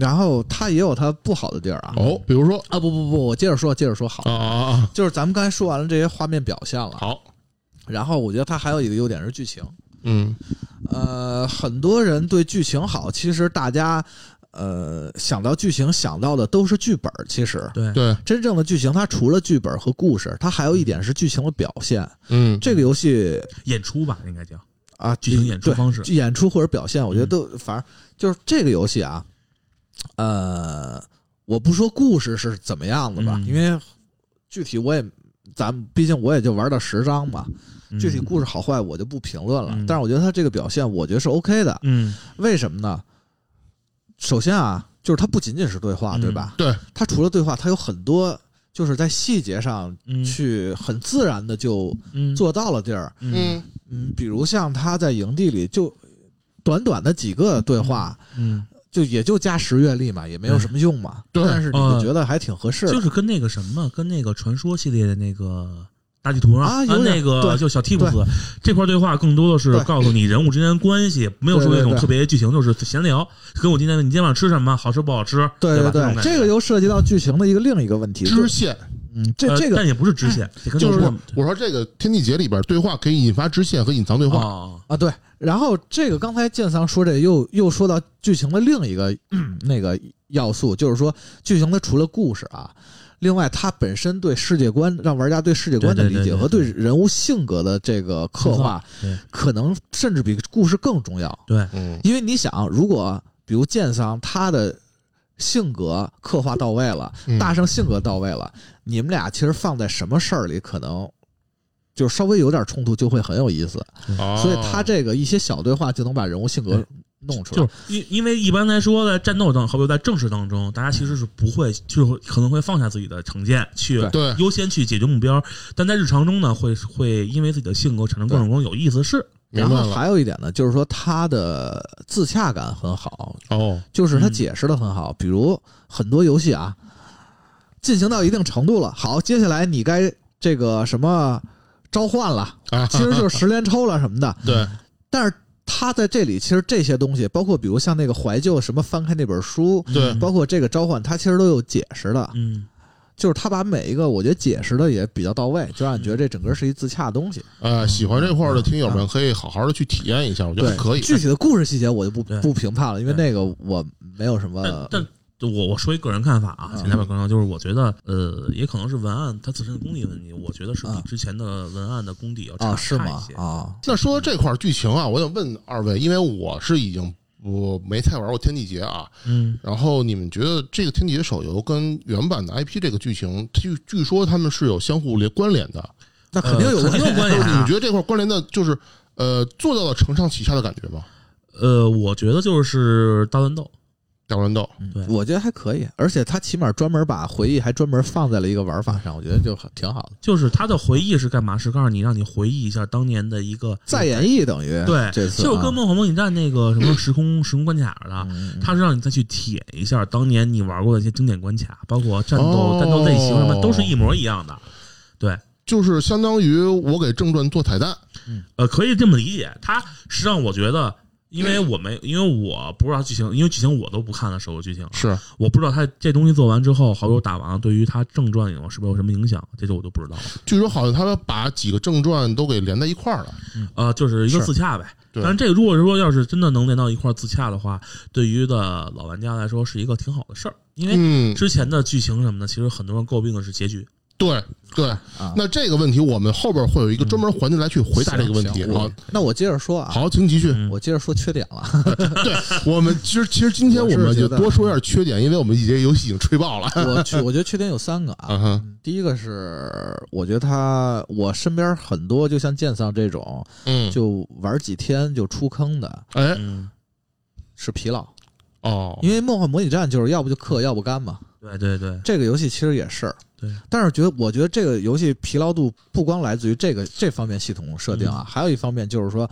E: 然后它也有它不好的地儿啊。
A: 哦，比如说
E: 啊，不不不，我接着说，接着说好。
A: 啊啊啊，
E: 就是咱们刚才说完了这些画面表现了，
A: 好，
E: 然后我觉得它还有一个优点是剧情。
A: 嗯
E: 呃，很多人对剧情好，其实大家呃想到剧情想到的都是剧本儿。其实
F: 对
A: 对，
E: 真正的剧情，它除了剧本和故事，它还有一点是剧情的表现。
A: 嗯，
E: 这个游戏
F: 演出吧，应该叫
E: 啊，
F: 剧情演出
E: 对
F: 方式嗯
E: 演出或者表现，我觉得都反正就是这个游戏啊，呃，我不说故事是怎么样的吧，
F: 嗯
E: 因为具体我也。咱们毕竟我也就玩到十章嘛，具体故事好坏我就不评论了。
F: 嗯
E: 但是我觉得它这个表现，我觉得是 OK 的。
F: 嗯
E: 为什么呢？首先啊，就是它不仅仅是对话，
F: 嗯
E: 对吧？
A: 对，
E: 它除了对话，它有很多就是在细节上
F: 嗯
E: 去很自然的就
F: 嗯
E: 做到了地儿。
F: 嗯
E: 嗯，比如像他在营地里就短短的几个对话，
F: 嗯，
E: 就也就加十阅历嘛，也没有什么用嘛。
A: 对
E: 但是你就觉得还挺合适的。
F: 嗯就是跟那个什么，跟那个传说系列的那个。大地图上
E: 啊有点
F: 那个
E: 对
F: 就小蒂姆斯这块对话，更多的是
E: 对
F: 告诉你人物之间的关系，没有说
E: 对
F: 那种
E: 对
F: 特别剧情，就是闲聊。跟我今天问你今天晚上吃什么，好吃不好吃？
E: 对
F: 吧？
E: 对，
F: 这
E: 这
F: 种
E: 个又涉及到剧情的一个另一个问题，
A: 支
E: 就是
A: 线
E: 嗯，
F: 感
E: 这
F: 觉
E: 这
F: 呃
E: 个
F: 但也不是支线，这跟
A: 就是
F: 我
A: 我说这个天地劫里边对话可以引发支线和隐藏对话，
F: 啊，
E: 啊对，然后这个刚才建桑说这又又说到剧情的另一个、嗯那个要素，就是说剧情它除了故事啊，另外它本身对世界观让玩家对世界观的
F: 对对
E: 理解
F: 对对
E: 和
F: 对
E: 对人物性格的这个刻画，
F: 对
E: 可能甚至比故事更重要。
F: 对，
A: 嗯
E: 因为你想，如果比如剑桑他的性格刻画到位了，
A: 嗯
E: 大圣性格到位了，你们俩其实放在什么事儿里，可能就稍微有点冲突，就会很有意思。
A: 哦
E: 所以他这个一些小对话就能把人物性格
F: 对
E: 弄出
F: 哎就
E: 来
F: 是。因因为一般来说，在战斗当，好比在正式当中，大家其实是不会，就是可能会放下自己的成见，去
E: 对
A: 对
F: 优先去解决目标。但在日常中呢，会会因为自己的性格产生各种各样有意思的事。
A: 明
E: 然
A: 白
E: 后
A: 了
E: 还有一点呢，就是说它的自洽感很好，
A: 哦，
E: 就是它
F: 嗯
E: 解释的很好。比如很多游戏啊，进行到一定程度了，好，接下来你该这个什么召唤了，
A: 啊，
E: 其实就是十连抽了什么的。
A: 对，
E: 但是它在这里，其实这些东西，包括比如像那个怀旧什么翻开那本书，
A: 对
E: 包括这个召唤，它其实都有解释的。
F: 嗯，
E: 就是他把每一个，我觉得解释的也比较到位，就让你觉
F: 嗯
E: 得这整个是一自洽的东西。
A: 呃，喜欢这块儿的听友们可以好好的去体验一下，我觉得还
E: 嗯对，
A: 可以。
E: 具体的故事细节我就不
F: 对
E: 不评判了，因为
F: 对
E: 那个我没有什么。啊
F: 但但我我说一个人看法啊，
E: 呃嗯
F: 前两百可能就是我觉得，呃，也可能是文案它自身的功底问题，我觉得是比
E: 嗯
F: 之前的文案的功底要差
E: 啊，是
F: 差一
E: 吗
F: 些？
E: 啊，
A: 那说到这块儿剧情啊，我想问二位，因为我是已经我没太玩过天地劫啊，
F: 嗯，
A: 然后你们觉得这个天地劫手游跟原版的 IP 这个剧情，据据说他们是有相互连关联
E: 啊
A: 的，
E: 那肯定有
F: 呃肯定有关系
A: 你们
F: 啊
A: 觉。得这块儿关联的就是呃做到了承上启下的感觉吗？
F: 呃，我觉得就是大乱斗，
A: 大乱斗，
F: 对
E: 我觉得还可以，而且他起码专门把回忆还专门放在了一个玩法上，我觉得就很挺好的。
F: 就是他的回忆是干嘛？是告诉你让你回忆一下当年的一个
E: 再演绎等于
F: 对，
E: 这次
F: 就跟《
E: 啊
F: 梦啊幻模拟战》那个什么时空时空关卡似的，
E: 嗯
F: 它是让你再去体验一下当年你玩过的一些经典关卡，包括战斗、
A: 哦
F: 战斗类型什么，都是一模一样的。
A: 就是相当于我给正传做彩蛋，
F: 呃，可以这么理解。它实际上我觉得，因为我没，因为我不知道剧情，因为剧情我都不看了，手游剧情
A: 是
F: 我不知道它这东西做完之后，好友打完了，对于它正传有是不是有什么影响，这就我就不知道了。
A: 据说好像他把几个正传都给连在一块儿了，
F: 呃，就是一个
E: 嗯是
F: 自洽呗。
A: 对
F: 但是这个如果说要是真的能连到一块儿自洽的话，对于的老玩家来说是一个挺好的事儿，因为
A: 嗯，
F: 之前的剧情什么的，其实很多人诟病的是结局。
A: 对对
E: 啊，
A: 那这个问题我们后边会有一个专门环节来去回答这个问题。
E: 行
A: 好
E: 啊我，那我接着说啊，，
A: 好，请继 续。
F: 嗯
E: 我接着说缺点了。
A: 我们其实其实今天我
E: 我
A: 们
E: 是
A: 就
E: 觉得
A: 多说一下缺点，因为我们这游戏已经吹爆了。
F: 嗯
E: 我去，我觉得缺点有三个
A: 啊
E: 啊。
A: 哈，
E: 第一个是，我觉得他我身边很多就像剑桑这种，
A: 嗯，
E: 就玩几天就出坑的，
A: 哎
F: 嗯，
E: 是疲劳。
A: 哦，
E: 因为梦幻模拟战就是要不就氪，要不干嘛。
F: 对对对，
E: 这个游戏其实也是，
F: 对。
E: 但是觉得我觉得这个游戏疲劳度不光来自于这个这方面系统设定
A: 嗯
E: 啊，还有一方面就是说，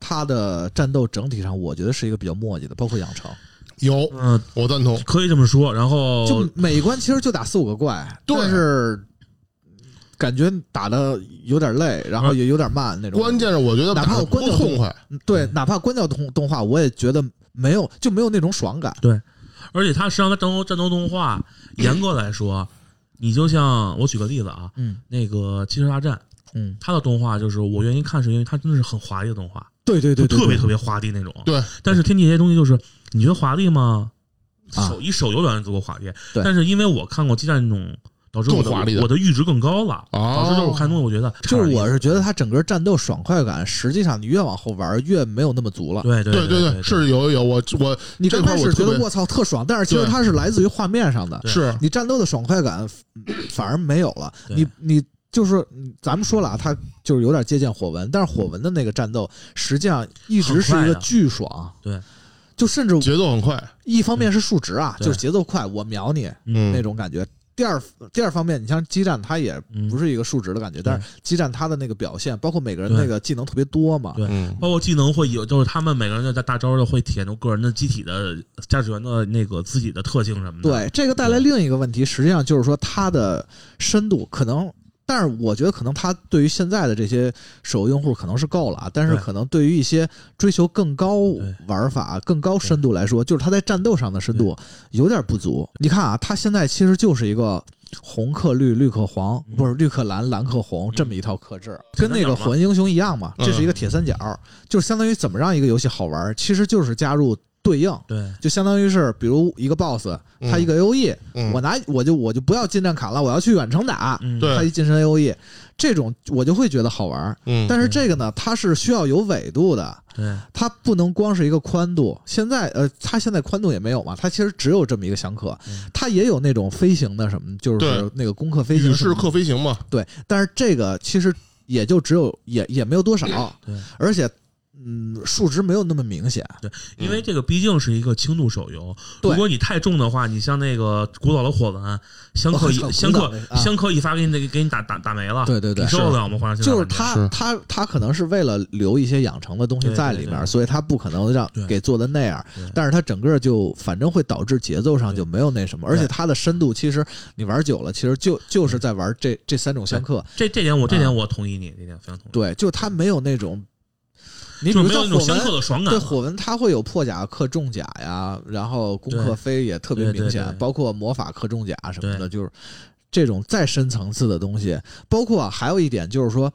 E: 它的战斗整体上我觉得是一个比较磨叽的，包括养成，
A: 有，
F: 嗯、
A: 我赞同。
F: 可以这么说。然后
E: 就每关其实就打四五个怪，
A: 哦对
E: 但是感觉打的有点累，然后也有点慢那种。
A: 关键是我觉得
E: 哪怕
A: 打的
E: 我
A: 不
E: 关掉
A: 痛快，
E: 对，哪怕关掉动动画，我也觉得没有就没有那种爽感。
F: 而且它实际上它战斗战斗动画， 严格来说，你就像我举个例子啊，
E: 嗯
F: 那个《机车大战》，
E: 嗯，
F: 它的动画就是我愿意看，是因为它真的是很华丽的动画，
E: 对对对
F: 就
E: 对，
F: 特别
E: 对
F: 特别华丽那种。
A: 对，
F: 但是天地这些东西就是你觉得华丽吗？
E: 啊
F: 手以手游表现足够华丽，
E: 对
F: 但是因为我看过激战那种，导致我的
A: 更华丽的
F: 我的阈值更高了，
A: 哦
F: 导致就是我看东西我觉得
E: 就是我是觉得它整个战斗爽快感，实际上你越往后玩越没有那么足了。
F: 对对
A: 对
F: 对
A: 对，是有有有，我我
E: 你
A: 这
E: 刚
A: 块
E: 开
A: 儿我
E: 始觉
A: 特
E: 得
A: 别
E: 我操特爽，但是其实
A: 对
E: 它是来自于画面上的，
F: 对
A: 是
E: 你战斗的爽快感嗯反而没有了。
F: 对
E: 你你就是嗯咱们说了啊，它就是有点借鉴火纹，但是火纹的那个战斗实际上一直是
F: 很
E: 一
F: 快
E: 个
F: 的
E: 巨爽，
F: 对，
E: 就甚至
A: 节奏很快，
E: 一方面是数值啊，
F: 对
E: 就是节奏快，我秒你
A: 嗯，
E: 那种感觉。第二第二方面，你像基站，它也
F: 嗯
E: 不是一个数值的感觉，
F: 对
E: 但是基站它的那个表现，包括每个人
F: 对
E: 那个技能特别多嘛，
F: 对
A: 嗯，
F: 包括技能会有，就是他们每个人的大大招都会体现出个人的机体的驾驶员的那个自己的特性什么的。
E: 对，这个带来另一个问题，实际上就是说它的深度可能，但是我觉得可能它对于现在的这些手游用户可能是够了啊，但是
F: 对
E: 可能对于一些追求更高
F: 对
E: 玩法、更高深度来说，就是它在战斗上的深度有点不足。你看啊，它现在其实就是一个。红克绿，绿克黄，
F: 嗯
E: 不是绿克蓝，蓝克红，这么一套克制，跟那个
F: 铁三角嘛
E: 火纹英雄一样嘛，这是一个
A: 嗯
E: 铁三角，就是相当于怎么让一个游戏好玩，其实就是加入对应，
F: 对，
E: 就相当于是，比如一个 boss，
A: 嗯
E: 他一个 A O E，、
A: 嗯
E: 我拿我就我就不要近战卡了，我要去远程打，
F: 嗯
A: 对
E: 他一近身 A O E，这种我就会觉得好玩儿。
A: 嗯，
E: 但是这个呢，它是需要有纬度的，
F: 对
E: 它不能光是一个宽度。现在呃，它现在宽度也没有嘛，它其实只有这么一个相克
F: 嗯，
E: 它也有那种飞行的什么，就
A: 对
E: 是那个攻克飞行
A: 与
E: 什么
A: 世
E: 的
A: 克飞行嘛，
E: 对，但是这个其实也就只有也也没有多少
F: 对，
E: 而且嗯数值没有那么明显。
F: 因为这个毕竟是一个轻度手游，
E: 嗯对
F: 如果你太重的话，你像那个古老的火纹，相克
E: 我操
F: 一相
E: 古
F: 克
E: 老的啊
F: 相克一发给你那个给你打打打没了，
E: 对对对
F: 你受得了吗？花生
E: 就是它
F: 他，
A: 是
E: 它它可能是为了留一些养成的东西
F: 对
E: 在
F: 对
E: 里
F: 对
E: 面，所以它不可能让
F: 对
E: 给做的那样
F: 对，
E: 但是它整个就反正会导致节奏上就没有那什么，而且它的深度其实你玩久了，其实就就是在玩这这三种相克，
F: 这这点我这
E: 啊
F: 点我同意你，这点非常同意，
E: 对，就它没有那种。你比
F: 就
E: 如
F: 没有
E: 像火纹，
F: 那种相克的爽感
E: 对
F: 了。
E: 火纹它会有破甲克重甲呀，然后攻克
F: 对
E: 飞也特别
F: 对对
E: 明显，
F: 对
E: 包括魔法克重甲什么的，
F: 对
E: 就是这种再深层次的东西。包括、还有一点就是说，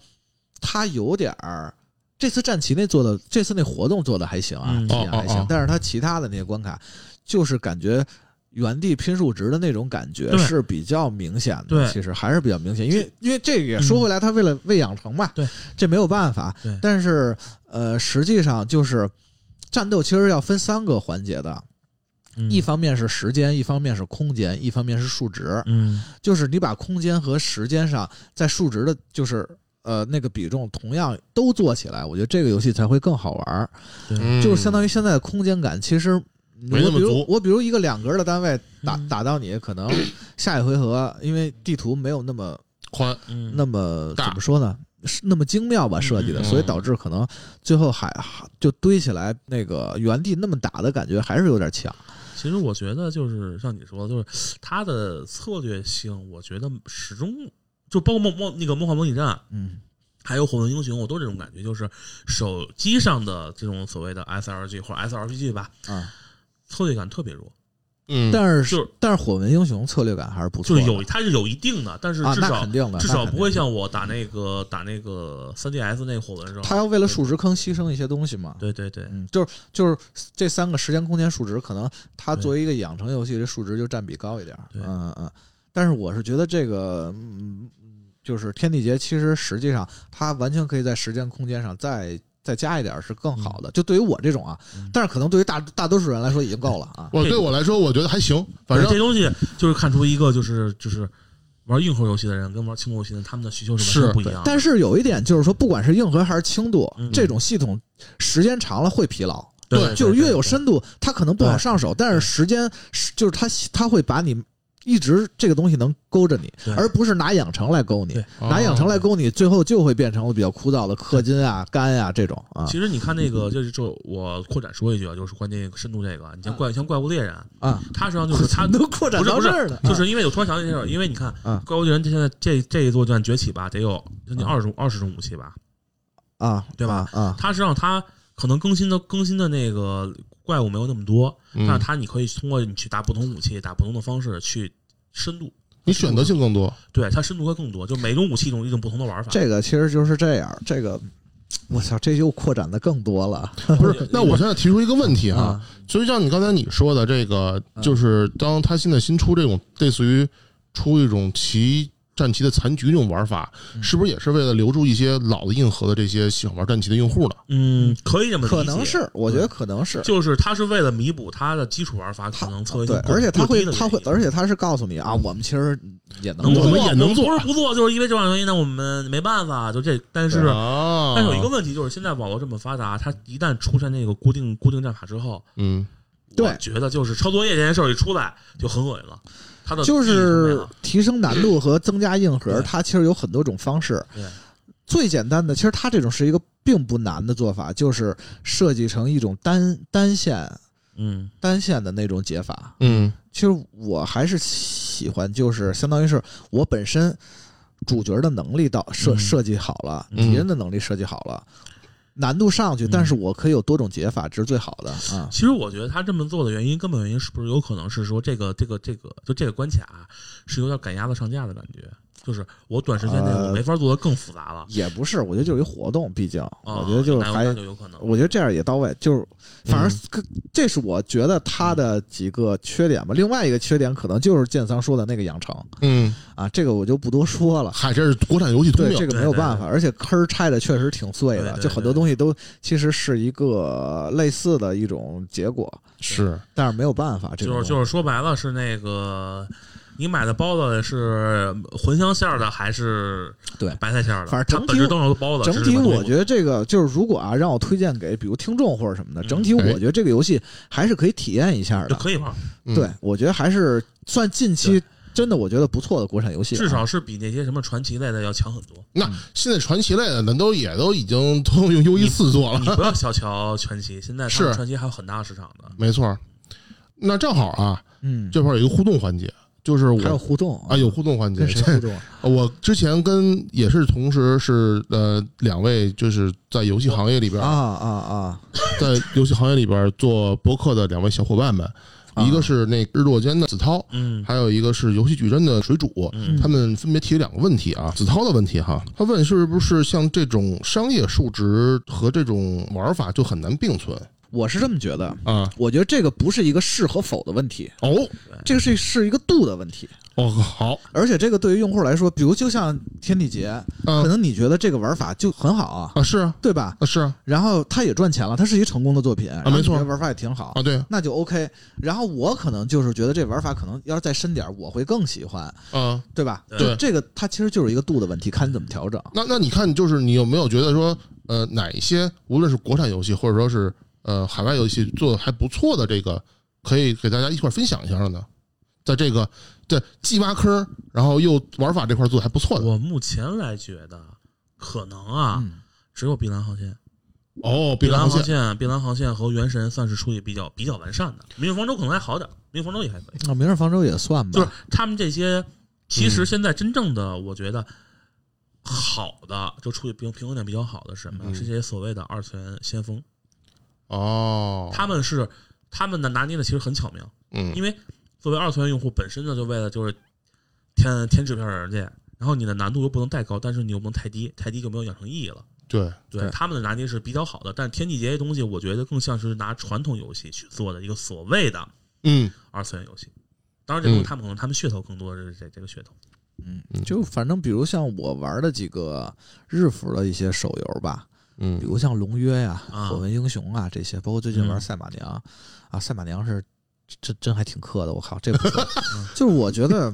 E: 它有点儿这次战旗那做的，这次那活动做的还行啊，
F: 嗯
E: 体验还行，
A: 哦哦哦
E: 但是它其他的那些关卡就是感觉。原地拼数值的那种感觉
F: 对
E: 是比较明显的，
F: 对
E: 其实还是比较明显，因为因为这个也说回来，它为了喂养成嘛，
F: 对，
E: 这没有办法，
F: 对
E: 但是呃，实际上就是战斗其实要分三个环节的，
F: 嗯
E: 一方面是时间，一方面是空间，一方面是数值。
F: 嗯，
E: 就是你把空间和时间上在数值的，就是呃那个比重同样都做起来，我觉得这个游戏才会更好玩儿。
A: 嗯
E: 就是相当于现在的空间感其实。
A: 没那么
E: 我比如
A: 足
E: 我比如一个两格的单位打
F: 嗯
E: 打到你，可能下一回合因为地图没有那么
A: 宽，
F: 嗯
E: 那么
A: 大
E: 怎么说呢？是那么精妙吧设计的，
A: 嗯
E: 所以导致可能最后还就堆起来那个原地那么打的感觉还是有点强。
F: 其实我觉得就是像你说的，就是它的策略性，我觉得始终就包括梦梦那个梦幻模拟战，
E: 嗯，
F: 还有火纹英雄，我都这种感觉，就是手机上的这种所谓的 SLG 或者 SRPG 吧，
E: 啊，
F: 策略感特别弱，
A: 嗯，
E: 但
F: 就是是
E: 但是火纹英雄策略感还是不
F: 就
E: 错的，
F: 是有它是有一定的，但是
E: 啊，
F: 至
E: 那
F: 少、
E: 肯定的，
F: 至
E: 那
F: 少
E: 肯
F: 不会
E: 定的
F: 像我打那个打那个 3DS 那个火纹的时候，
E: 他要为了数值坑牺牲一些东西嘛。
F: 对对对，
E: 嗯，就是就是这三个时间、空间、数值，可能它
F: 对
E: 作为一个养成游戏，这数值就占比高一点儿。
F: 对
E: 嗯嗯嗯。但是我是觉得这个，嗯，就是天地劫，其实实际上它完全可以在时间、空间上再再加一点儿是更好
F: 嗯
E: 的。就对于我这种啊，但是可能对于大大多数人来说已经够了啊。
A: 我对我来说，我觉得还行，反
F: 这
A: 正
F: 东西就是看出一个就是就是玩硬核游戏的人跟玩轻度游戏的人，他们的需求是完
A: 是
F: 全不一样的。
E: 但是有一点就是说，不管是硬核还是轻度，
F: 嗯
E: 这种系统时间长了会疲劳。
F: 对对
E: 就是
F: 对
E: 越有
F: 对
E: 深度，它可能不好
F: 对
E: 上手，但是时间是就是它它会把你一直这个东西能勾着你
F: 对，
E: 而不是拿养成来勾你
F: 对，哦
E: 拿养成
A: 啊
E: 来勾你，最后就会变成了比较枯燥的氪金啊、肝啊这种啊
F: 其实你看那个，就是就我扩展说一句啊，就是关于深度这个，你
E: 嗯
F: 像怪像怪物猎人，
E: 啊，
F: 它实际上就是它
E: 都扩展
F: 不是
E: 到
F: 不
E: 这
F: 是
E: 儿了，
F: 就是因为我突然想起这事儿，因为你看
E: 嗯
F: 《怪物猎人》这现在这这一座战崛起吧，得有将近二十种二十种武器吧。
E: 嗯啊，
F: 对吧？
E: 啊，
F: 它实际上它可能更新的更新的那个怪物没有那么多，
A: 嗯
F: 但是它你可以通过你去打不同武器、打不同的方式去深度，
A: 你选择性更 多，
F: 对它深度会更多，就每种武器一种一种不同的玩法。
E: 这个其实就是这样，这个我操，这又扩展的更多了
A: 不是？那我现在提出一个问题啊，
E: 啊
A: 所以像你刚才你说的这个，就是当他现在新出这种类似于出一种棋战棋的残局这种玩法，
E: 嗯
A: 是不是也是为了留住一些老的硬核的这些喜欢玩战棋的用户呢？
F: 嗯，可以这么理解
E: 可能是，我觉得可能是。
F: 就是它是为了弥补它的基础玩法
E: 它
F: 可能做一
E: 对，
F: 个过
E: 而且他
F: 过
E: 会
F: 低，的
E: 他
F: 原
E: 会，
F: 因
E: 而且他是告诉你啊，我们其实也能
F: 能
A: 我
E: 做
F: 做
A: 们也能做
F: 不是不做，就是因为这种原因，那我们没办法，就这。但是，
A: 啊，
F: 但是有
E: 嗯
F: 一个问题就是，现在网络这么发达，它一旦出现那个固定固定战法之后，
A: 嗯，
E: 对
F: 我觉得就是抄作业这件事儿一出来就很恶心了。它的
E: 就
F: 意义
E: 是
F: 没了
E: 提升难度和增加硬核，
F: 对
E: 它其实有很多种方式
F: 对。
E: 最简单的，其实它这种是一个并不难的做法，就是设计成一种单单线
F: 嗯
E: 单线的那种解法。
A: 嗯
E: 其实我还是喜欢，就是相当于是我本身主角的能力到设
F: 嗯
E: 设计好了，
A: 嗯
E: 敌人的能力设计好了，难度上去，
F: 嗯
E: 但是我可以有多种解法，这是最好的啊。
F: 其实我觉得他这么做的原因，根本原因是不是有可能是说这个这个这个就这个关卡是有点赶鸭子上架的感觉，就是我短时间内
E: 呃
F: 我没法做得更复杂了。
E: 也不是，我觉得就是一活动，毕竟
F: 啊
E: 我觉得就是
F: 那
E: 还
F: 那就有可能，
E: 我觉得这样也到位，就是反
F: 嗯
E: 正各这是我觉得它的几个缺点吧。另外一个缺点可能就是建仓说的那个养成
A: 嗯，
E: 啊，这个我就不多说了。
A: 嗨，这是国产游戏通
E: 对
A: 病
E: 这，个没有办法，而且坑儿拆的确实挺碎
F: 对
E: 的，
F: 对
E: 就很多东西都其实是一个类似的一种结果，
A: 是
E: 嗯但是没有办法，这
F: 就
E: 种
F: 是就是说白了是那个你买的包子是茴香馅儿的还是
E: 对
F: 白菜馅儿的？
E: 反正整体
F: 它本质都是包子。
E: 整体我觉
F: 得
E: 得这个就是，如果啊让我推荐给比如听众或者什么的，
F: 嗯
E: 整体
A: 哎
E: 我觉得这个游戏还是可以体验一下
F: 就
E: 的。
F: 可以玩，
A: 嗯
E: 对，我觉得还是算近期真的我觉得不错的国产游戏啊，
F: 至少是比那些什么传奇类的要强很 多。
A: 那现在传奇类的，咱都也都已经都用 U 一四做
F: 你
E: 嗯
A: 了，
F: 不要小瞧传奇，现在他
A: 是
F: 们传奇还有很大市场的。
A: 没错儿。那正好啊，
E: 嗯，
A: 这块儿有一个互动环节，就是
E: 还有
A: 我
E: 互动
A: 啊有互动环节呃
E: 跟，谁互动啊？
A: 我之前跟也是同时是呃两位就是在游戏行业里边
E: 啊，啊啊！
A: 在游戏行业里边做播客的两位小伙伴们，
E: 啊
A: 一个是那日落间的子涛，
F: 嗯
A: 还有一个是游戏矩阵的水主。
F: 嗯
A: 他们分别提了两个问题啊，子韬的问题哈，他问是不是像这种商业数值和这种玩法就很难并存
E: 我是这么觉得，
A: 啊？
E: 我觉得这个不是一个是和否的问题，
A: 哦
E: 这个是是一个度的问题。
A: 哦，好，
E: 而且这个对于用户来说，比如就像天地劫，可
A: 嗯
E: 能你觉得这个玩法就很好啊，
A: 啊是啊
E: 对吧？
A: 啊是啊
E: 然后它也赚钱了，它是一成功的作品，然后
A: 啊没错
E: 你觉得玩法也挺好，
A: 啊对
E: 那就 OK。然后我可能就是觉得这玩法可能要是再深点儿，我会更喜欢，
A: 啊，
E: 对吧？
F: 对
E: 就这个它其实就是一个度的问题，看你怎么调整。
A: 那那你看就是你有没有觉得说呃哪一些无论是国产游戏或者说是呃海外游戏做的还不错的这个，可以给大家一块儿分享一下的呢？在这个这既挖坑，然后又玩法这块做的还不错的
F: 我目前来觉得，可能啊，
E: 嗯，
F: 只有碧蓝航线、
A: 哦，
F: 碧
A: 碧蓝
F: 航
A: 航线
F: 线、碧蓝航线和原神算是处理比较比较完善的，明日方舟可能还好点，明日方舟也还可以。
E: 那《明日方舟》也算吧，
F: 就是
A: 嗯
F: 他们这些，其实现在真正的我觉得好的，就处理平平衡点比较好的是什么呀？
A: 嗯
F: 是这些所谓的二次元先锋，
A: 哦，
F: 他们是他们的拿捏的其实很巧妙，
A: 嗯
F: 因为作为二次元用户本身呢，就为了就是填填纸片儿人家，然后你的难度又不能太高，但是你又不能太低，太低就没有养成意义了。
A: 对
F: 对他们的拿捏是比较好的，但是天地劫这东西，我觉得更像是拿传统游戏去做的一个所谓的
A: 嗯
F: 二次元游戏。当然，这种
A: 嗯
F: 他们可能他们噱头更多的是这这个噱头。
E: 嗯，就反正比如像我玩的几个日服的一些手游吧，
A: 嗯
E: 比如像《龙约》呀、
F: 啊
E: 火纹英雄》啊这些，包括最近玩《
F: 嗯
E: 赛马娘》啊，《赛马娘》是真真还挺氪的，我靠，这不 错。就是我觉得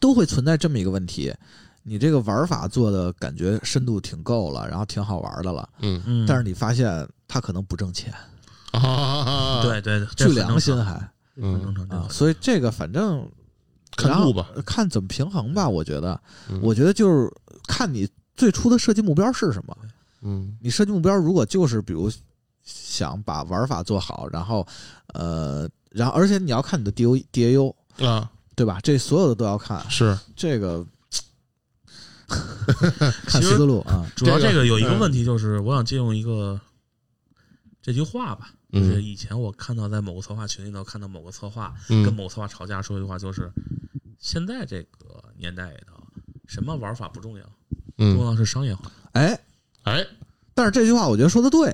E: 都会存在这么一个问题，你这个玩法做的感觉深度挺够了，然后挺好玩的了，
A: 嗯
F: 嗯
E: 但是你发现它可能不挣钱，
A: 啊，
F: 对嗯对，对
E: 巨良心，还
F: 这很正常这
E: 啊，
F: 很正常。这很正常
E: 所以这个反正
A: 嗯看路吧，
E: 然后呃看怎么平衡吧。我觉得，
A: 嗯
E: 我觉得就是看你最初的设计目标是什么。
A: 嗯
E: 你设计目标如果就是比如想把玩法做好，然后呃，然后而且你要看你的 D O E D A U
F: 嗯
A: 啊，
E: 对吧？这所有的都要看，
A: 是
E: 这 个看
F: 其实
E: 思路啊。
F: 主要
A: 这个
F: 这个有一个
A: 嗯
F: 问题就是，我想借用一个这句话吧，
A: 嗯
F: 就是以前我看到在某个策划群里头看到某个策划跟
A: 嗯
F: 某个策划吵架说一句话，就是现在这个年代里头，什么玩法不重要，重
A: 嗯，
F: 要是商业化。
E: 哎，
A: 哎，哦
E: 但是这句话我觉得说的对，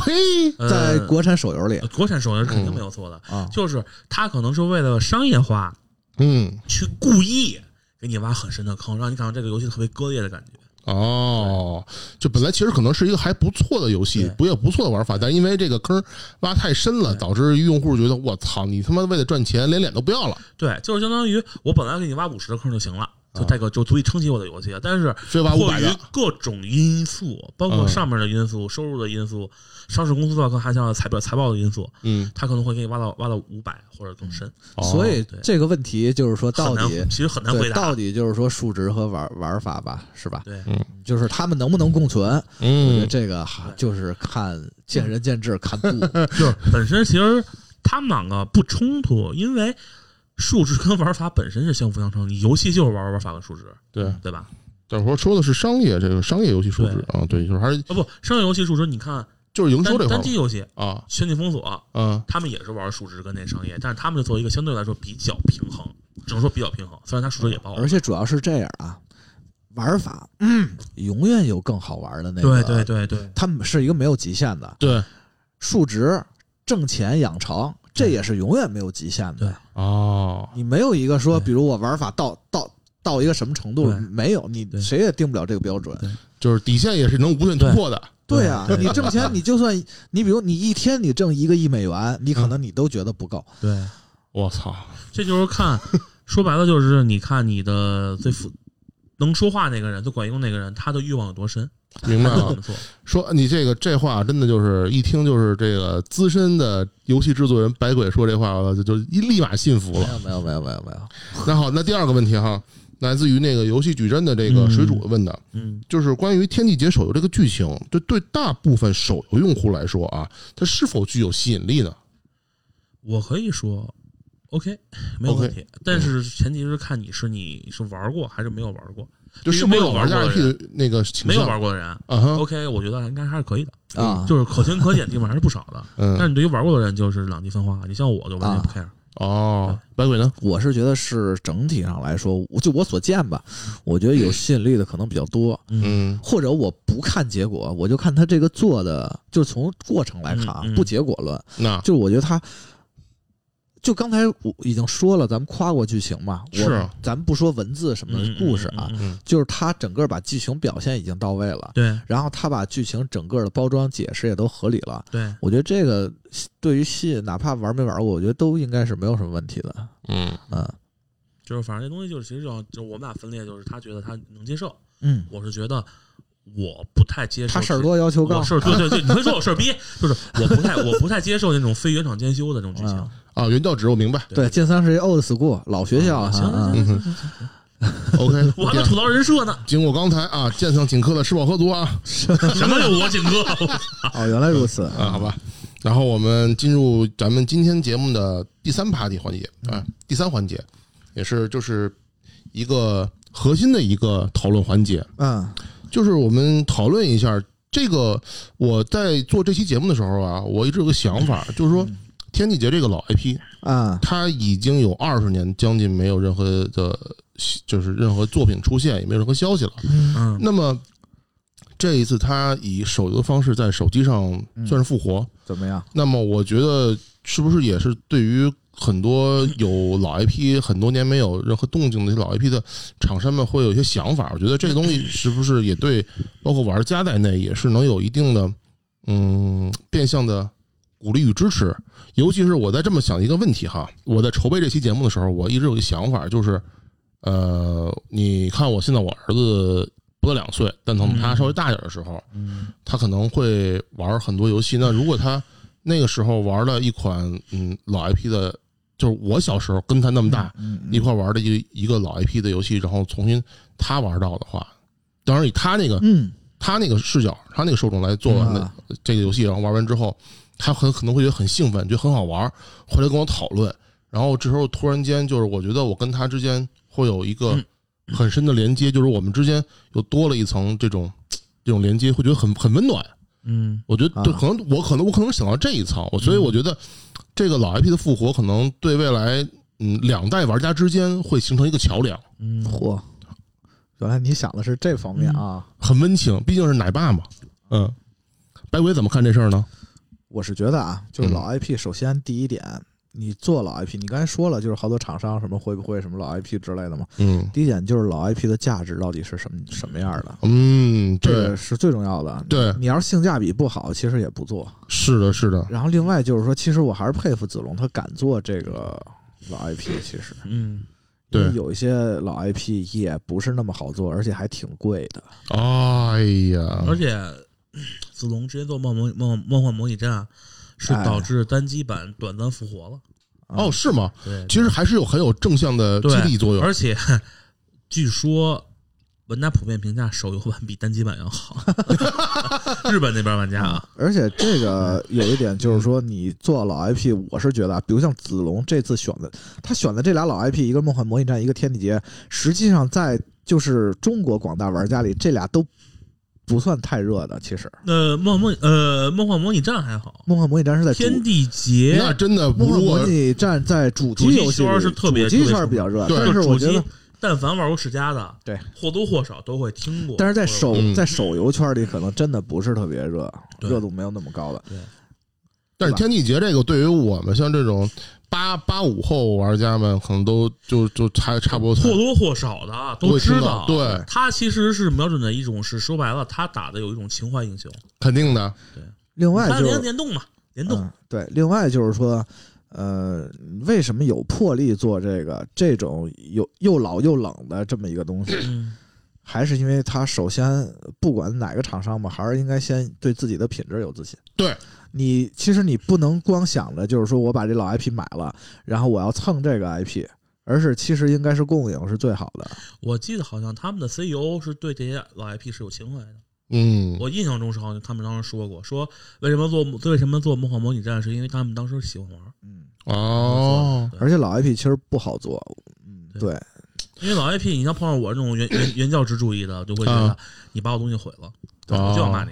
A: 嘿，
F: 呃
E: 在国产手游里
F: 国产手游是肯
A: 嗯
F: 定没有错的，
E: 啊，
F: 就是他可能是为了商业化
A: 嗯，
F: 去故意给你挖很深的坑，让你感到这个游戏特别割裂的感觉。
A: 哦，就本来其实可能是一个还不错的游戏
F: 对，
A: 不也不错的玩法，但因为这个坑挖太深了，
F: 对
A: 导致用户觉得我操，你他妈为了赚钱连脸都不要了，
F: 对，就是相当于我本来给你挖五十的坑就行了，就这个就足以撑起我的游戏了。但是
A: 非啊挖五
F: 迫
A: 百
F: 于
A: 的，嗯
F: 各种因素，包括上面的因素、收入的因素、上市公司的还像财报财报的因素，
A: 嗯，
F: 他可能会给你挖到挖到五百或者更深，
E: 所以
F: 哦对
E: 这个问题就是说到
F: 很难
E: 底。
F: 其实很难回
E: 对，
F: 答
E: 到。底就是说数值和玩玩法吧，是吧？
F: 对，
E: 就是他们能不能共存？我觉得
A: 嗯
E: 这个哈就是看见仁见智，看 度。
F: 就是本身其实他们两个不冲突，因为数值跟玩法本身是相辅相成，你游戏就是玩玩法跟数值，
A: 对，
F: 对吧？
A: 等会儿说的是商业这个商业游戏数值啊，对，就是还是
F: 啊，不，商业游戏数值，你看
A: 就是营收这
F: 单
A: 块
F: 单
A: 儿
F: 机游戏《
A: 啊，
F: 仙境封锁》，
A: 嗯
F: 他们也是玩数值跟那商业，但是他们作为一个相对来说比较平衡，只能说比较平衡。虽然它数值也不好玩
E: 而且主要是这样啊，玩法，嗯，永远有更好玩的那
F: 对
E: 个。
F: 对，对对，
E: 他们是一个没有极限的
A: 对，
E: 数值，挣钱养成，这也是永远没有极限的
F: 对。
A: 哦，
E: 你没有一个说，
F: 对
E: 比如我玩法到到到一个什么程度
F: 对，
E: 没有，你
F: 对
E: 谁也定不了这个标准。
A: 就是底线也是能无限突破的，
E: 对啊，
F: 对
E: 你挣钱， 你就算你比如你一天嗯你挣一个亿美元，你可能你都觉得不够。
F: 对，
A: 我操，
F: 这就是看说白了就是，你看你的最负能说话那个人，最管用那个人，他的欲望有多深，
A: 明白
F: 他怎
A: 了
F: 么。做。
A: 说你这个这话真的就是一听就是这个资深的游戏制作人白鬼说这话，我操，就就立马信服了。
E: 没有没有没有没有，
A: 那好，那第二个问题哈，来自于那个游戏矩阵的这个水煮问的，
F: 嗯，
A: 就是关于《天地劫手游》这个剧情，对对大部分手游用户来说啊，它是否具有吸引力呢？
F: 我可以说 OK 没有
A: OK
F: 问题，但是前提是看你是你是玩过还是没有玩过，
A: 就是不是
F: 没有
A: 有
F: 玩
A: 家
F: 过的
A: IP 的那个倾向
F: 没有玩过的人。
A: 啊哈，
F: OK，我觉得应该还是可以的
E: 啊
F: 就是可圈可点的地方还是不少的。但是
A: 嗯，
F: 你对于玩过的人就是两极分化，你像我就
E: 啊
F: 完全不 care。
A: 哦，白鬼呢？
E: 我是觉得是整体上来说，我就我所见吧，我觉得有吸引力的可能比较多，
A: 嗯
E: 或者我不看结果，我就看他这个做的，就是从过程来看，啊
F: 嗯嗯，
E: 不结果论，
A: 那
E: 就是我觉得他。就刚才我已经说了，咱们夸过剧情嘛，我
A: 是啊
E: 咱们不说文字什么
F: 嗯
E: 的故事啊，
F: 嗯嗯嗯
A: 嗯
E: 就是他整个把剧情表现已经到位了，
F: 对
E: 然后他把剧情整个的包装解释也都合理了。
F: 对，
E: 我觉得这个对于吸引，哪怕玩没玩过，我觉得都应该是没有什么问题的。
A: 嗯
E: 嗯
F: 就是反正这东西就是其实就就我们俩分裂，就是他觉得他能接受，
E: 嗯，
F: 我是觉得我不太接受。
E: 他事儿多，要求高
F: 我，事 儿多，对对，你会说我事儿逼，就是我不太我不太接受那种非原厂兼修的这种剧情
E: 嗯。
A: 啊，原教旨我明白。嗯
E: 对，剑三是一 old school 老学校
F: 嗯行行
E: 啊
F: 行，行，行
A: OK，
F: 我还没吐槽人设 呢，
A: 经过刚才啊，剑圣请客的吃饱喝足啊
F: 什么有我景哥？
E: 啊哦，原来如此
F: 嗯
A: 啊，好吧。然后我们进入咱们今天节目的第三 party 环节啊，第三环节也是就是一个核心的一个讨论环节，
E: 嗯
A: 就是我们讨论一下这个。我在做这期节目的时候啊，我一直有个想法，就是说天地劫这个老 IP，
E: 啊
A: 它已经有二十年将近没有任何的，就是任何作品出现，也没有任何消息了。
F: 嗯
A: 那么这一次，它以手游的方式在手机上算是复活。
E: 怎么样？
A: 那么我觉得是不是也是对于很多有老 IP 很多年没有任何动静的老 IP 的厂商们会有一些想法？我觉得这个东西是不是也对呃包括玩家在内也是能有一定的嗯变相的鼓励与支持？尤其是我在这么想一个问题哈，我在筹备这期节目的时候，我一直有一个想法，就是呃，你看我现在我儿子。不到两岁，但从他稍微大点的时候，他可能会玩很多游戏。那如果他那个时候玩了一款嗯老 IP 的，就是我小时候跟他那么
E: 嗯
A: 大、一块玩的一个一个老 IP 的游戏，然后重新他玩到的话，当然以他那个
E: 嗯，
A: 他那个视角，他那个受众来做完的
E: 啊
A: 这个游戏，然后玩完之后，他很可能会觉得很兴奋，觉得很好玩，回来跟我讨论。然后这时候突然间，就是我觉得我跟他之间会有一
E: 嗯
A: 个很深的连接，就是我们之间又多了一层这种这种连接，会觉得很很温暖。
F: 嗯
A: 我觉得对，
E: 啊
A: 可能我可能我可能想到这一层，我所以我觉得这个老 IP 的复活可能对未来嗯两代玩家之间会形成一个桥梁，
F: 嗯，
E: 嚯，原来你想的是这方面啊。
F: 嗯
A: 很温情，毕竟是奶爸嘛。嗯，白鬼怎么看这事儿呢？
E: 我是觉得啊，
F: 嗯
E: 就是老 IP，首先第一点，你做老 IP，你刚才说了，就是好多厂商什么会不会什么老 IP 之类的嘛。
A: 嗯
E: 第一点就是老 IP 的价值到底是什么什么样的，
A: 嗯，
E: 这个
A: 对
E: 是最重要的。
A: 对，
E: 你要是性价比不好，其实也不做。
A: 是的，是的，
E: 然后另外就是说，其实我还是佩服子龙，他敢做这个老 IP，其实
F: 嗯
A: 对
E: 因为有一些老 IP 也不是那么好做，而且还挺贵的。
A: 哎
E: 啊
A: 呀，
F: 而且嗯子龙直接做梦梦梦梦幻模拟战，是
E: 哎
F: 导致单机版短暂复活了。
A: 哦，是吗？
F: 对，
A: 其实还是有很有正向的激
F: 对
A: 励作用。
F: 而且 据说玩家普遍评价手游版比单机版 要好，日本那边玩家啊，
E: 而且这 个有一点就是说，你做老 IP，我是觉得啊，比如像子龙这次选的，他选的这俩老 IP，一个《梦幻模拟战》，一个《天地劫》，实际上在就是中国广大玩家里，这俩都不算太热的。其实，《
F: 呃，梦梦呃，梦幻模拟战还好，
E: 梦幻模拟战》是呃在主
F: 天地劫
A: 那真的，
E: 梦幻
A: 如
E: 模
A: 果
E: 拟战在主机游戏
F: 主机圈
E: 里
F: 是特别
E: 主机圈比较热，
A: 特别
E: 但是
F: 主
E: 我觉
F: 机
E: 得，，
F: 但凡玩过世家的，
E: 对，
F: 或多或少都会听过。
E: 但是在手
A: 嗯
E: 在手游圈里可能真的不是特别热，
F: 对
E: 热度没有那么高的。
A: 但是天地劫这个对于我们像这种八八五后玩家们，可能都就就差差不多才
F: 或多或少的啊
A: 都
F: 都
A: 会
F: 知
A: 听
F: 道
A: 到，，对，
F: 他其实是瞄准的一种是说白了，他打的有一种情怀英雄，
A: 肯定的，
E: 另外
F: 他
E: 就
F: 联
E: 是
F: 联动嘛，联动
E: 嗯，对，另外就是说，呃，为什么有魄力做这个这种又又老又冷的这么一个东西？
F: 嗯
E: 还是因为他首先不管哪个厂商吧，还是应该先对自己的品质有自信。
A: 对
E: 你，其实你不能光想着就是说我把这老 IP 买了，然后我要蹭这个 IP，而是其实应该是共赢是最好的。
F: 我记得好像他们的 CEO 是对这些老 IP 是有情怀的。
A: 嗯，
F: 我印象中是好像他们当时说过，说为什么做为什么做《梦幻模拟战》，是因为他们当时喜欢玩。
E: 嗯，
A: 哦，
F: 对
E: 而且老 IP 其实不好做。嗯，
F: 对
E: 对，
F: 因为老 IP，你像碰上我这种原 原原教旨主义的，就会觉得
A: 啊
F: 你把我东西毁了，
A: 哦
F: 我就要骂你。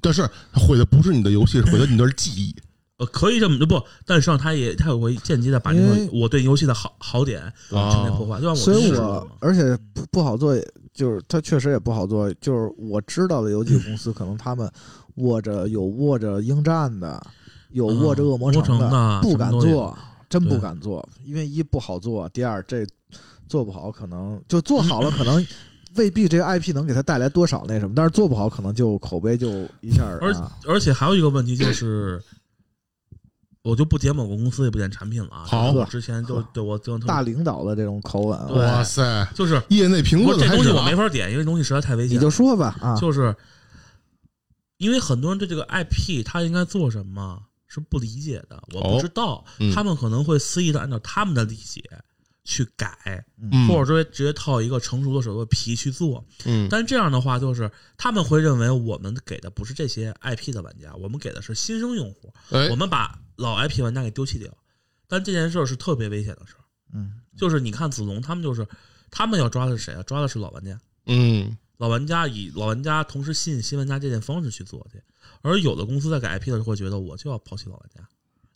A: 但是毁的不是你的游戏，毁 的你的记忆。
F: 呃，可以这么不，但是上他也他也会间接的把那
E: 因为
F: 个我对游戏的好好点
A: 啊
F: 全给破坏，就像
E: 所
F: 之前
E: 以
F: 说
E: 我啊
F: 的嘛嗯
E: 而且不不好做，就是它确实也不好做。就是我知道的有几个公 司，可能他们握着有握着鹰战的，有
F: 嗯
E: 握着恶魔城
F: 魔城的
E: 不敢
F: 什么都
E: 做
F: 有，
E: 真不
F: 对
E: 敢做，因为一不好做，第二这做不好可能就做好了，可 能未必这个 IP 能给它带来多少那什么，但是做不好可能就口碑就一下儿
F: 而
E: 啊，
F: 而且还有一个问题就是，我就不点某个公司，也不点产品了啊。
A: 好
F: 就是我之前就
E: 呵
F: 对我就特别
E: 大领导的这种口吻啊，
F: 对
A: 哇塞，
F: 就是
A: 业内评
F: 我
A: 论
F: 这
A: 开
F: 东西
A: 始
F: 我
A: 了
F: 没法点，因为东西实在太危
E: 你
F: 险。
E: 就说吧啊，
F: 就是因为很多人对这个 IP 他应该做什么是不理解的，我
A: 哦
F: 不知道，
A: 嗯
F: 他们可能会肆意的按照他们的理解去改，
A: 嗯
F: 或者说直接套一个成熟的手的皮去做。
A: 嗯
F: 但这样的话，就是他们会认为我们给的不是这些 IP 的玩家，我们给的是新生用户，
A: 哎
F: 我们把老 IP 玩家给丢弃掉。但这件事儿是特别危险的事儿，
E: 嗯，
F: 就是你看子龙他们就是他们要抓的是谁啊？抓的是老玩家。
A: 嗯
F: 老玩家以老玩家同时吸引新玩家这件方式去做的，而有的公司在改 IP 的时候会觉得我就要抛弃老玩家，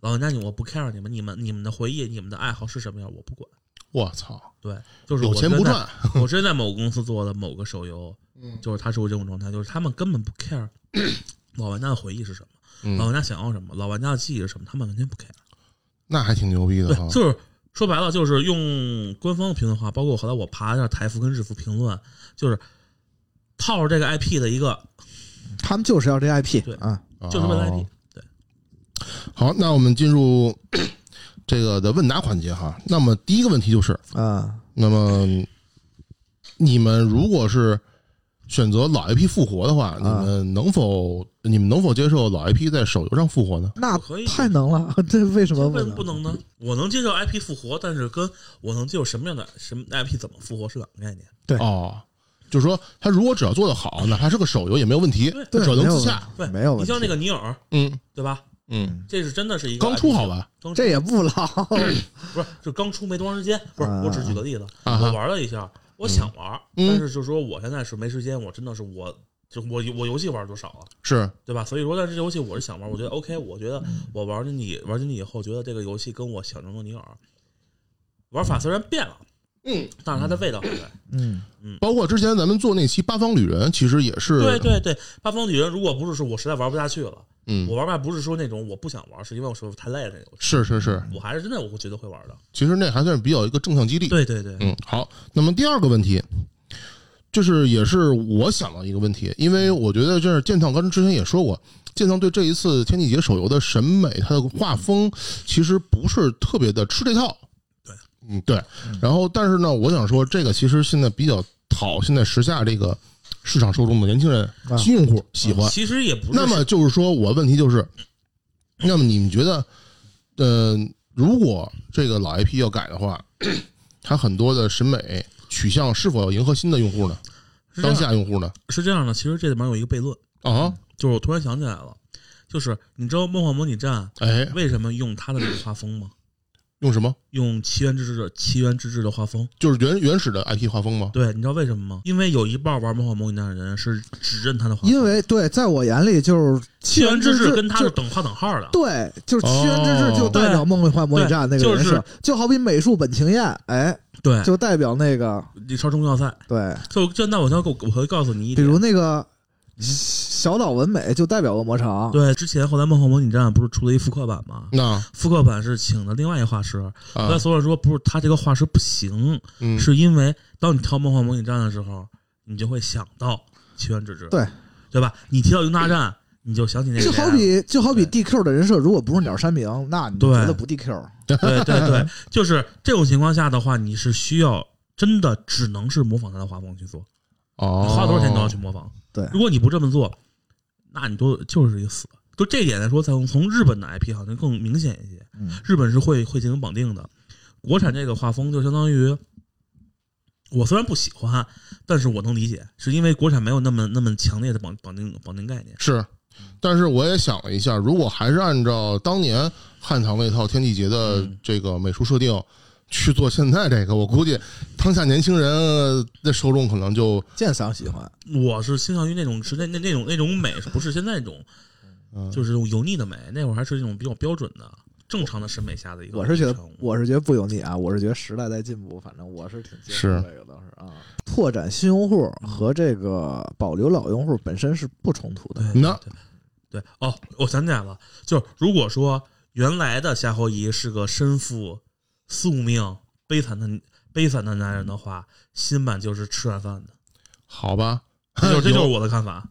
F: 老玩家你我不 care 你们，你们你们的回忆、你们的爱好是什么样我不管。
A: 我操，
F: 对，就是
A: 有
F: 我
A: 钱
F: 之前
A: 不
F: 在
A: 赚。
F: 我之前在某个公司做的某个手游， 就是它是我这种状态，就是他们根本不 care 老玩家的回忆是什么，老
A: 嗯，
F: 玩家想要什么，老玩家的记忆是什么，他们完全不 care。
A: 那还挺牛逼的哈
F: 对，。就是说白了，就是用官方的评论话，包括后来我爬一下台服跟日服评论，就是套着这个 IP 的一个
E: 他们就是要这 IP
F: 对
E: 啊，
F: 就是未来
A: 哦
F: 地。
A: 好，那我们进入 这个的问答环节哈。那么第一个问题就是，
E: 啊，
A: 那么你们如果是选择老 IP 复活的话，你
F: 啊
A: 们能否你们能否接受老 IP 在手游上复活呢？
E: 那
F: 可以啊
E: 太能了， 这为什么
F: 为
E: 不
F: 什么不能呢？我能接受 IP 复活，但是跟我能接受什么样的什么 IP 怎么复活是两个概念。
E: 对
A: 哦，就是说他如果只要做得好，哪怕是个手游也没有问题，只
F: 对
E: 对，
A: 要
E: 没
A: 能
E: 有
A: 自洽。
F: 对，
E: 没有
F: 你
E: 问题
F: 像。那个尼尔，
A: 嗯
F: 对吧？
A: 嗯，
F: 这是真的是一个
A: 刚出
F: IP
A: 好吧？
F: 刚出
E: 这也不老， 嗯
F: 不是就刚出没多长时间，不是
E: 啊
F: 我只举个例子，
A: 啊
F: 我
A: 哈，
F: 玩了一下，我想玩，
A: 嗯
F: 但是就是说我现在是没时间，我真的是我就我我游戏玩多少了，
A: 是
F: 对吧？所以说，但是这游戏我是想玩，我觉得 OK，我觉得我玩进去玩进去以后，觉得这个游戏跟我想中的尼尔玩法虽然变了，
A: 嗯，
F: 但是它的味道还在。
E: 嗯，
A: 包括之前咱们做那期《八方旅人》，其实也是
F: 对对对，八方旅人如果不是说我实在玩不下去了，
A: 嗯
F: 我，玩吧不是说那种我不想玩，是因为我说太累了那种，
A: 是是是，
F: 我还是真的我会觉得会玩的。
A: 其实那还算是比较一个正向激励。
F: 对对对，
A: 嗯，好。那么第二个问题，就是也是我想到一个问题，因为我觉得就是建烫刚之前也说过，建烫对这一次天地节手游的审美，它的画风其实不是特别的吃这套。
F: 对，
A: 嗯对。然后，但是呢，我想说，这个其实现在比较讨现在时下这个市场受众的年轻人、
E: 啊
A: 新用户喜欢。
F: 其实也不是
A: 那么就是说，我问题就是，那么你们觉得，呃，如果这个老 IP 要改的话，它很多的审美取向是否要迎合新的用户呢？
F: 是这
A: 当
F: 样
A: 下用户呢？
F: 是这样的，其实这里面有一个悖论，
A: 啊，
F: 就是我突然想起来了，就是你知道《梦幻模拟战
A: 哎》，
F: 为什么用它的这个画风 吗？
A: 用什么？
F: 用奇缘之志的奇缘之志的画风，
A: 就是原原始的 IP 画风吗？
F: 对，你知道为什么吗？因为有一半玩《梦幻模拟战》的人是只认他的画风，
E: 因为对，在我眼里就是
F: 奇缘之
E: 志
F: 志跟他是
E: 就
F: 等号等号的。
E: 对，就是奇缘之志就代表梦幻模拟战那
F: 对
E: 个人
F: 就
E: 设
F: 是，
E: 就好比美术本情彦，哎，
F: 对，
E: 就代表那个
F: 你超中要塞，
E: 对，
F: 就就那我就我会告诉你一
E: 比
F: 点，
E: 如那个小岛文美就代表恶魔城，
F: 对，之前后来《梦幻模拟战》不是出了一复刻版吗？
E: 嗯
A: 那
F: 复刻版是请的另外一个画师，后
A: 啊
F: 来，所以说不是他这个画师不行，
A: 嗯，
F: 是因为当你跳《梦幻模拟战》的时候，你就会想到《奇缘之志》，
E: 对
F: 对吧？你提到《英大战》，你就想起那个
E: 就
F: 谁来
E: 好
F: 了
E: 比就好比
F: 对
E: DQ 的人设，如果不是鸟山明，那你
F: 对
E: 觉得不 DQ？
F: 对对对， 就是这种情况下的话，你是需要真的只能是模仿他的画风去做，
A: 哦
F: 你，花多少钱都要去模仿。
E: 哦对
F: 如果你不这么做，那你就就是一个死。就这一点来说，从从日本的 IP 好像更明显一些，
E: 嗯
F: 日本是会会进行绑定的。国产这个画风就相当于，我虽然不喜欢，但是我能理解，是因为国产没有那么那么强烈的绑绑定绑定概念。
A: 是，但是我也想了一下，如果还是按照当年汉唐那套《天地劫》的
F: 嗯
A: 这个美术设定、去做现在这个，我估计当下年轻人的受众可能就
E: 剑桑喜欢，
F: 我是倾向于那种是那那那种那种美，是不是现在这种，
A: 嗯
F: 就是这种油腻的美。那会儿还是那种比较标准的、正常的审美下的一个
E: 我是觉得
F: 产物
E: 我是觉得不油腻啊，我是觉得时代在进步，反正我是挺接受
A: 是
E: 这个倒是啊。拓展新用户和这个保留老用户本身是不冲突的，
F: 对
A: 那
F: 对对哦，我想起来了，就是如果说原来的夏侯夷是个身负宿命、悲惨的悲惨的男人的话，新版就是吃软饭的。
A: 好吧，
F: 这就这就是
A: 有
F: 我的看法，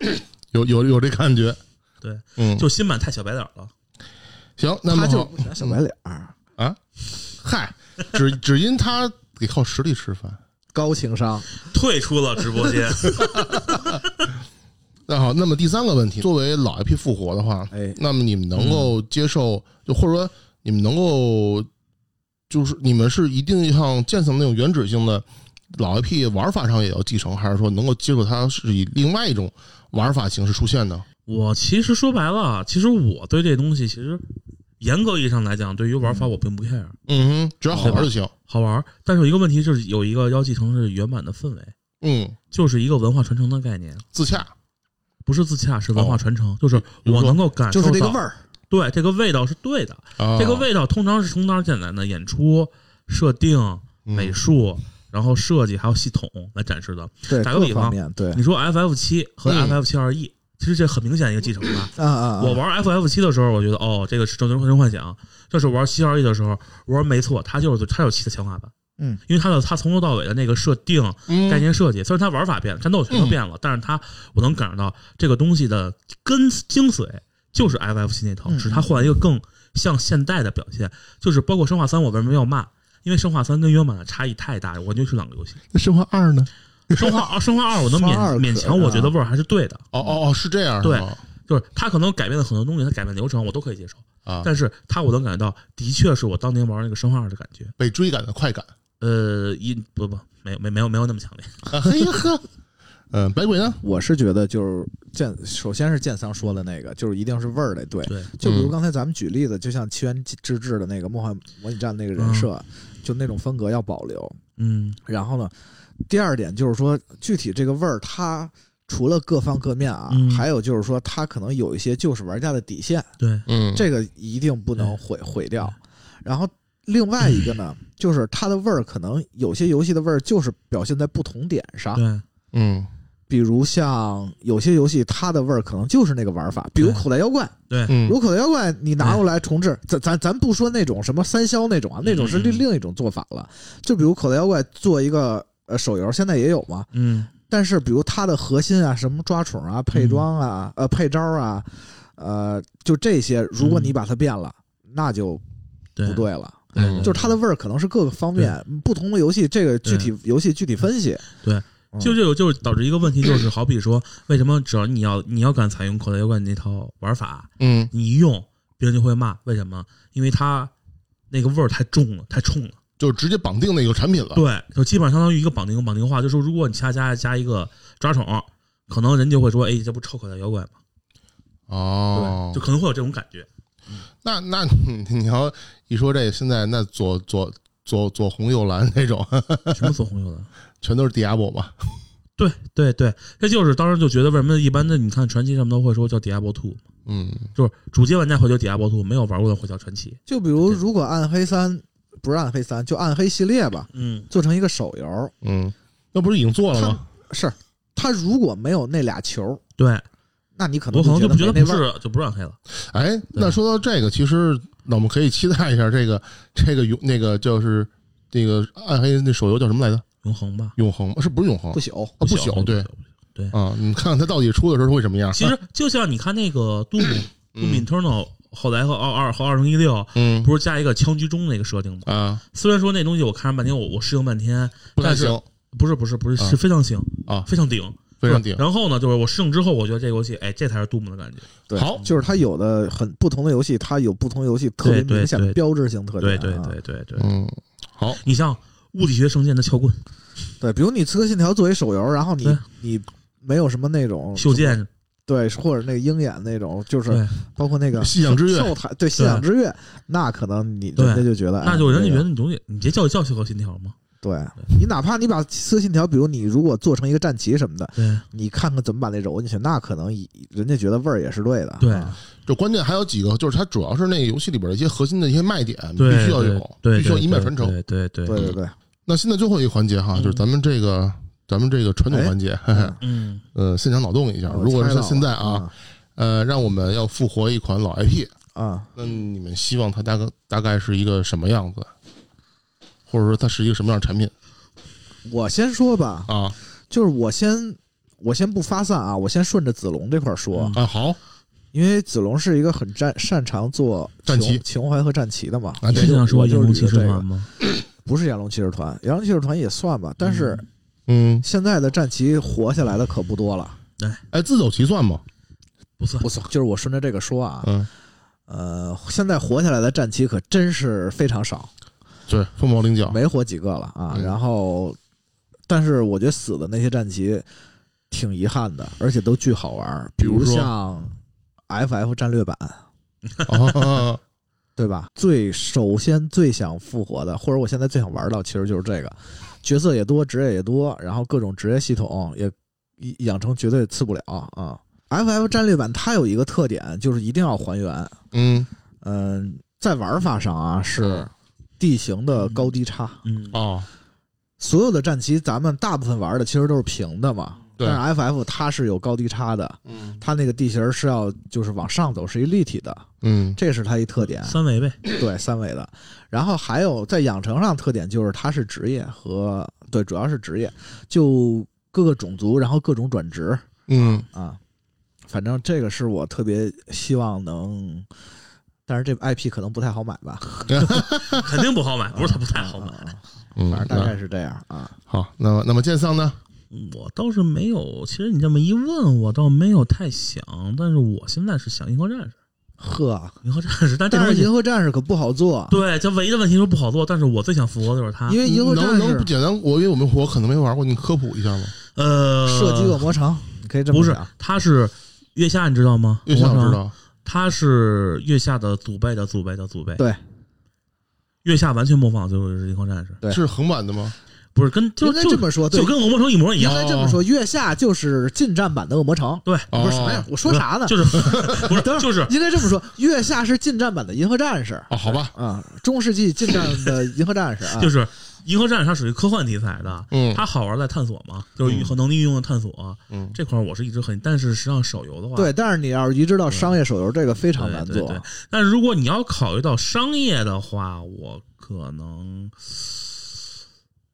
A: 有有有这感觉。
F: 对，
A: 嗯，
F: 就新版太小白脸了。
A: 行，那
E: 他
A: 么
E: 就是
A: 好
E: 不喜欢小白脸儿，
A: 嗨，只只因他得靠实力吃饭。
E: 高情商。
F: 退出了直 播间，
A: 那好，那么第三个问题，作为老 IP 复活的话，
E: 哎，
A: 那么你们能够
F: 嗯
A: 接受，就或者说你们能够，就是你们是一定像剑圣那种原始性的老 IP 玩法上也要继承，还是说能够接受它是以另外一种玩法形式出现呢？
F: 我其实说白了，啊其实我对这东西，其实严格意义上来讲，对于玩法我并不 care，
A: 嗯哼，只要好玩就行。
F: 好玩儿。但是有一个问题就是有一个要继承是原版的氛围，
A: 嗯，
F: 就是一个文化传承的概念，
A: 自洽。
F: 不是自洽，是文化传承，就是
A: 比如
F: 我
A: 说
F: 能够感受
E: 哦就
F: 到
E: 是这个味儿，
F: 对，这个味道是对的。
A: 啊
F: 这个味道通常是从哪儿简单的？演出、设定、美
A: 嗯
F: 术，然后设计还有系统来展示的。
E: 对
F: 打个
E: 各
F: 比
E: 方
F: 方
E: 面，对
F: 你说 FF 七和
A: 嗯
F: FF 七二 E，其实这很明显一个继承吧。
E: 啊啊，啊
F: 我玩 FF 七的时候，我觉得哦，这个是《正宗幻想》；这是玩七二 E 的时候，我说没错，它就是它有七的强化版。
E: 嗯，
F: 因为它的它从头到尾的那个设定、
A: 嗯
F: 概念设计，虽然它玩法变了，战斗全都变
E: 嗯
F: 了，但是它我能感受到这个东西的根精髓就是 FF 七那套，
E: 嗯
F: 只是它换了一个更像现代的表现，就是包括生化三，我为什么要骂？因为生化三跟原版的差异太大，我觉得是两个 游戏。
A: 那生化二呢？
F: 生化二，生化二我能勉
E: 生化二可啊
F: 勉强，我觉得味儿还是对的，
A: 哦哦哦，是这样
F: 对
A: 是吗
F: 就是它可能改变了很多东西，它改变流程我都可以接受，
A: 啊，
F: 但是它我能感觉到，的确是我当年玩那个生化二的感觉。
A: 被追赶的快感。
F: 呃，一不不没有没没有没有那么强烈。
A: 啊嘿呀呵，嗯，白鬼呢？
E: 我是觉得就是剑，首先是剑桑说的那个，就是一定是味儿得对。
F: 对，
E: 就比如
A: 嗯
E: 刚才咱们举例子，就像七元之治的那个《梦幻模拟战》那个人设，就那种风格要保留。
F: 嗯
E: 然后呢，第二点就是说，具体这个味儿，它除了各方各面啊，
F: 嗯
E: 还有就是说，它可能有一些就是玩家的底线，
F: 对，
A: 嗯，
E: 这个一定不能毁毁掉。然后另外一个呢，就是它的味儿，可能有些游戏的味儿就是表现在不同点上。
F: 对，
A: 嗯
E: 比如像有些游戏，它的味儿可能就是那个玩法，比如
F: 对
E: 口袋妖怪，
A: 嗯
E: 如，果口袋妖怪你拿过来重置，咱咱咱不说那种什么三消那种啊，那种是另
F: 嗯
E: 另一种做法了。就比如口袋妖怪做一个呃手游，现在也有嘛，
F: 嗯，
E: 但是比如它的核心啊，什么抓宠啊、配装啊、
F: 嗯
E: 呃配招啊，呃就这些，如果你把它变了，那就
F: 嗯对
E: 不，对了。
A: 嗯
E: 就是它的味儿可能是各个方面不同的游戏，这个具体游戏具体分析。嗯
F: 就这个就是导致一个问题，就是好比说，为什么只要你要你要敢采用口袋妖怪那套玩法，
A: 嗯
F: 你一用别人就会骂，为什么？因为它那个味儿太重了，太冲了。
A: 就直接绑定那个产品了。
F: 对，就基本上相当于一个绑定绑定化，就是说如果你加加加一个抓宠，可能人就会说，哎，这不臭口袋妖怪吗？
A: 哦
F: 对，就可能会有这种感 觉。
A: 那那你你要一说这现在那左左左左红右蓝那种，
F: 什么左红右蓝？
A: 全都是 Diablo 嘛？
F: 对对对，这就是当时就觉得为什么一般的你看传奇上面都会说叫 Diablo Two，
A: 嗯，
F: 就是主机玩家会叫 Diablo Two，没有玩过的会叫传奇。
E: 就比如
F: 对
E: 如果暗黑三不是暗黑三，就暗黑系列吧，
F: 嗯，
E: 做成一个手游，
A: 嗯，那不是已经做了吗？
E: 是它如果没有那俩球，
F: 对，
E: 那你可能
F: 我可能就不觉得
E: 没那
F: 不
E: 味儿。
F: 是就不让黑了。
A: 哎，那说到这个，其实那我们可以期待一下这个这个永那个就是这个暗黑那手游叫什么来着？
F: 永恒吧，
A: 永恒吗是不是永恒？
E: 不朽，
A: 啊不
F: 朽
A: 朽对，
F: 对
A: 啊，你看看它到底出的时候会什么样。啊
F: 其实就像你看那个 Doom
A: 嗯
F: Doom Eternal 后来和二二和二零一六，
A: 嗯
F: 不是加一个枪居中那个设定吗？
A: 啊，
F: 虽然说那东西我看了半天，我我适应半天，
A: 不太
F: 但是
A: 行
F: 不是不是不是
A: 啊
F: 是非常行
A: 啊，
F: 非常顶
A: 非常顶。
F: 然后呢，就是我试用之后，我觉得这个游戏，哎，这才是 Doom 的感觉。
E: 对，
A: 好
E: 就是它有的很不同的游戏，它有不同游戏特别
F: 对对
E: 明显的
F: 对
E: 标志性特点
F: 对
E: 啊。
F: 对对对对，
A: 嗯，好，
F: 你像物理学圣剑的撬棍、
E: 对，比如你《刺客信条》作为手游，然后你
F: 对
E: 你没有什么那种
F: 袖
E: 什么，
F: 剑，
E: 对，或者那个鹰眼那种，嗯就是
F: 对
E: 包括那个
A: 信仰之跃
E: 兽台，对信仰之跃，那可能你
F: 对
E: 人家就觉得，哎
F: 那就人家
E: 这
F: 觉
E: 个
F: 得你东西，你这叫叫《刺客信条》吗？
E: 对你哪怕你把《刺客信条》，比如你如果做成一个战旗什么的，
F: 对
E: 你看看怎么把那揉进去，那可能以人家觉得味儿也是对的。
F: 对
E: 啊
A: 就关键还有几个，就是它主要是那个游戏里边的一些核心的一些卖点，必
F: 对，
A: 须要
F: 对
A: 有，
F: 对，
A: 必须要一脉传承。
F: 对嗯对对
E: 对
F: 对，
E: 对对，
A: 那现在最后一个环节哈，就是咱们这个咱们这个传统环节， 嘿嘿，
F: 嗯，
A: 呃，现场脑洞一下。
E: 嗯我
A: 如果
E: 猜
A: 是
E: 到
A: 现在
E: 了
A: 啊，呃，让我们要复活一款老 IP，
E: 啊啊，
A: 那你们希望它大概大概是一个什么样子，或者说它是一个什么样的产品
E: 嗯我先说吧，
A: 啊？
E: 就是我先我先不发散啊，我先顺着子龙这块儿
F: 嗯
E: 说，
A: 啊，好
E: 因为子龙是一个很擅擅长做
A: 战旗
E: 情情怀和战旗的嘛。
A: 啊，
F: 是
A: 对，
F: 这样说
E: 我
F: 《
E: 就捋
F: 英雄骑士
E: 这个
F: 团》吗？
E: 不是亚龙骑士团，亚龙骑士团也算吧，但是
A: 嗯，
E: 现在的战旗活下来的可不多了。
A: 哎，自走棋算吗？
F: 不算
E: 不，错，就是我顺着这个说啊，
A: 嗯，
E: 呃，现在活下来的战旗可真是非常少，
A: 对，凤毛麟角，
E: 没活几个了啊。
A: 嗯
E: 然后，但是我觉得死的那些战旗挺遗憾的，而且都巨好玩儿，比
A: 比如
E: 如
A: 说
E: 像 FF 战略版，
A: 啊，
E: 对吧？最首先最想复活的，或者我现在最想玩到，其实就是这个，角色也多，职业也多，然后各种职业系统也一养成绝对次不了啊。FF 战略版它有一个特点，就是一定要还原。
A: 嗯，
E: 嗯，在玩法上啊是
A: 嗯
E: 地形的高低差，
F: 嗯
A: 啊，
E: 所有的战旗咱们大部分玩的其实都是平的嘛，
A: 对
E: 但是 FF 它是有高低差的，
A: 嗯
E: 它那个地形是要就是往上走，是一立体的，
A: 嗯
E: 这是它一特点。
F: 三维 呗，
E: 对三维的。然后还有在养成上特点就是它是职业和对，主要是职业，就各个种族，然后各种转职
A: 嗯，
E: 啊。反正这个是我特别希望能，但是这 IP 可能不太好买吧，
F: 肯定不好买，不是它不太好买。
E: 啊，
A: 嗯
E: 反正大概是这样啊。
A: 好。那么，那么剑桑呢？
F: 我倒是没有，其实你这么一问，我倒没有太想，但是我现在是想银河战士，
E: 呵，
F: 银河战士，但这
E: 但是
F: 东西
E: 银河战士可不好做，
F: 对，啊这唯一的问题是不好做，但是我最想复活的就是它
E: 因，为银河战
A: 能能不
E: 士
A: 简单？我因为我们我可能没玩过，你科普一下吗？
F: 呃，
E: 射击恶魔城，你可以这么
F: 不是
E: 想，
F: 它是月下，你知道吗？
A: 越想
F: 魔
A: 知
F: 城，
A: 道，
F: 它是月下的祖辈的祖辈的祖辈，
E: 对，
F: 月下完全模仿就是银河战士，
E: 对
A: 是横版的吗？
F: 不是跟就
E: 应该这
F: 就
E: 么说，对
F: 就，跟恶魔城一模一
E: 应
F: 样，
E: 该这么说，月下就是近战版的恶魔城，
F: 对，
E: 不是什么呀？我说啥呢？
F: 哦就是 不
E: 等会儿
F: 是就是
E: 应该这么说，月下是近战版的银河战士
A: 哦，好吧，
E: 啊，中世纪近战的银河战士啊，
F: 就是银河战士，它属于科幻题材的，
A: 嗯
F: 它好玩在探索嘛，就是
A: 嗯
F: 和能力运用的探索
A: 嗯
F: 这块，我是一直很，但是实际上手游的话，
E: 对。但是你要是移植到商业手游，这个非常难
F: 嗯对对
E: 做
F: 对。但是如果你要考虑到商业的话，我可能，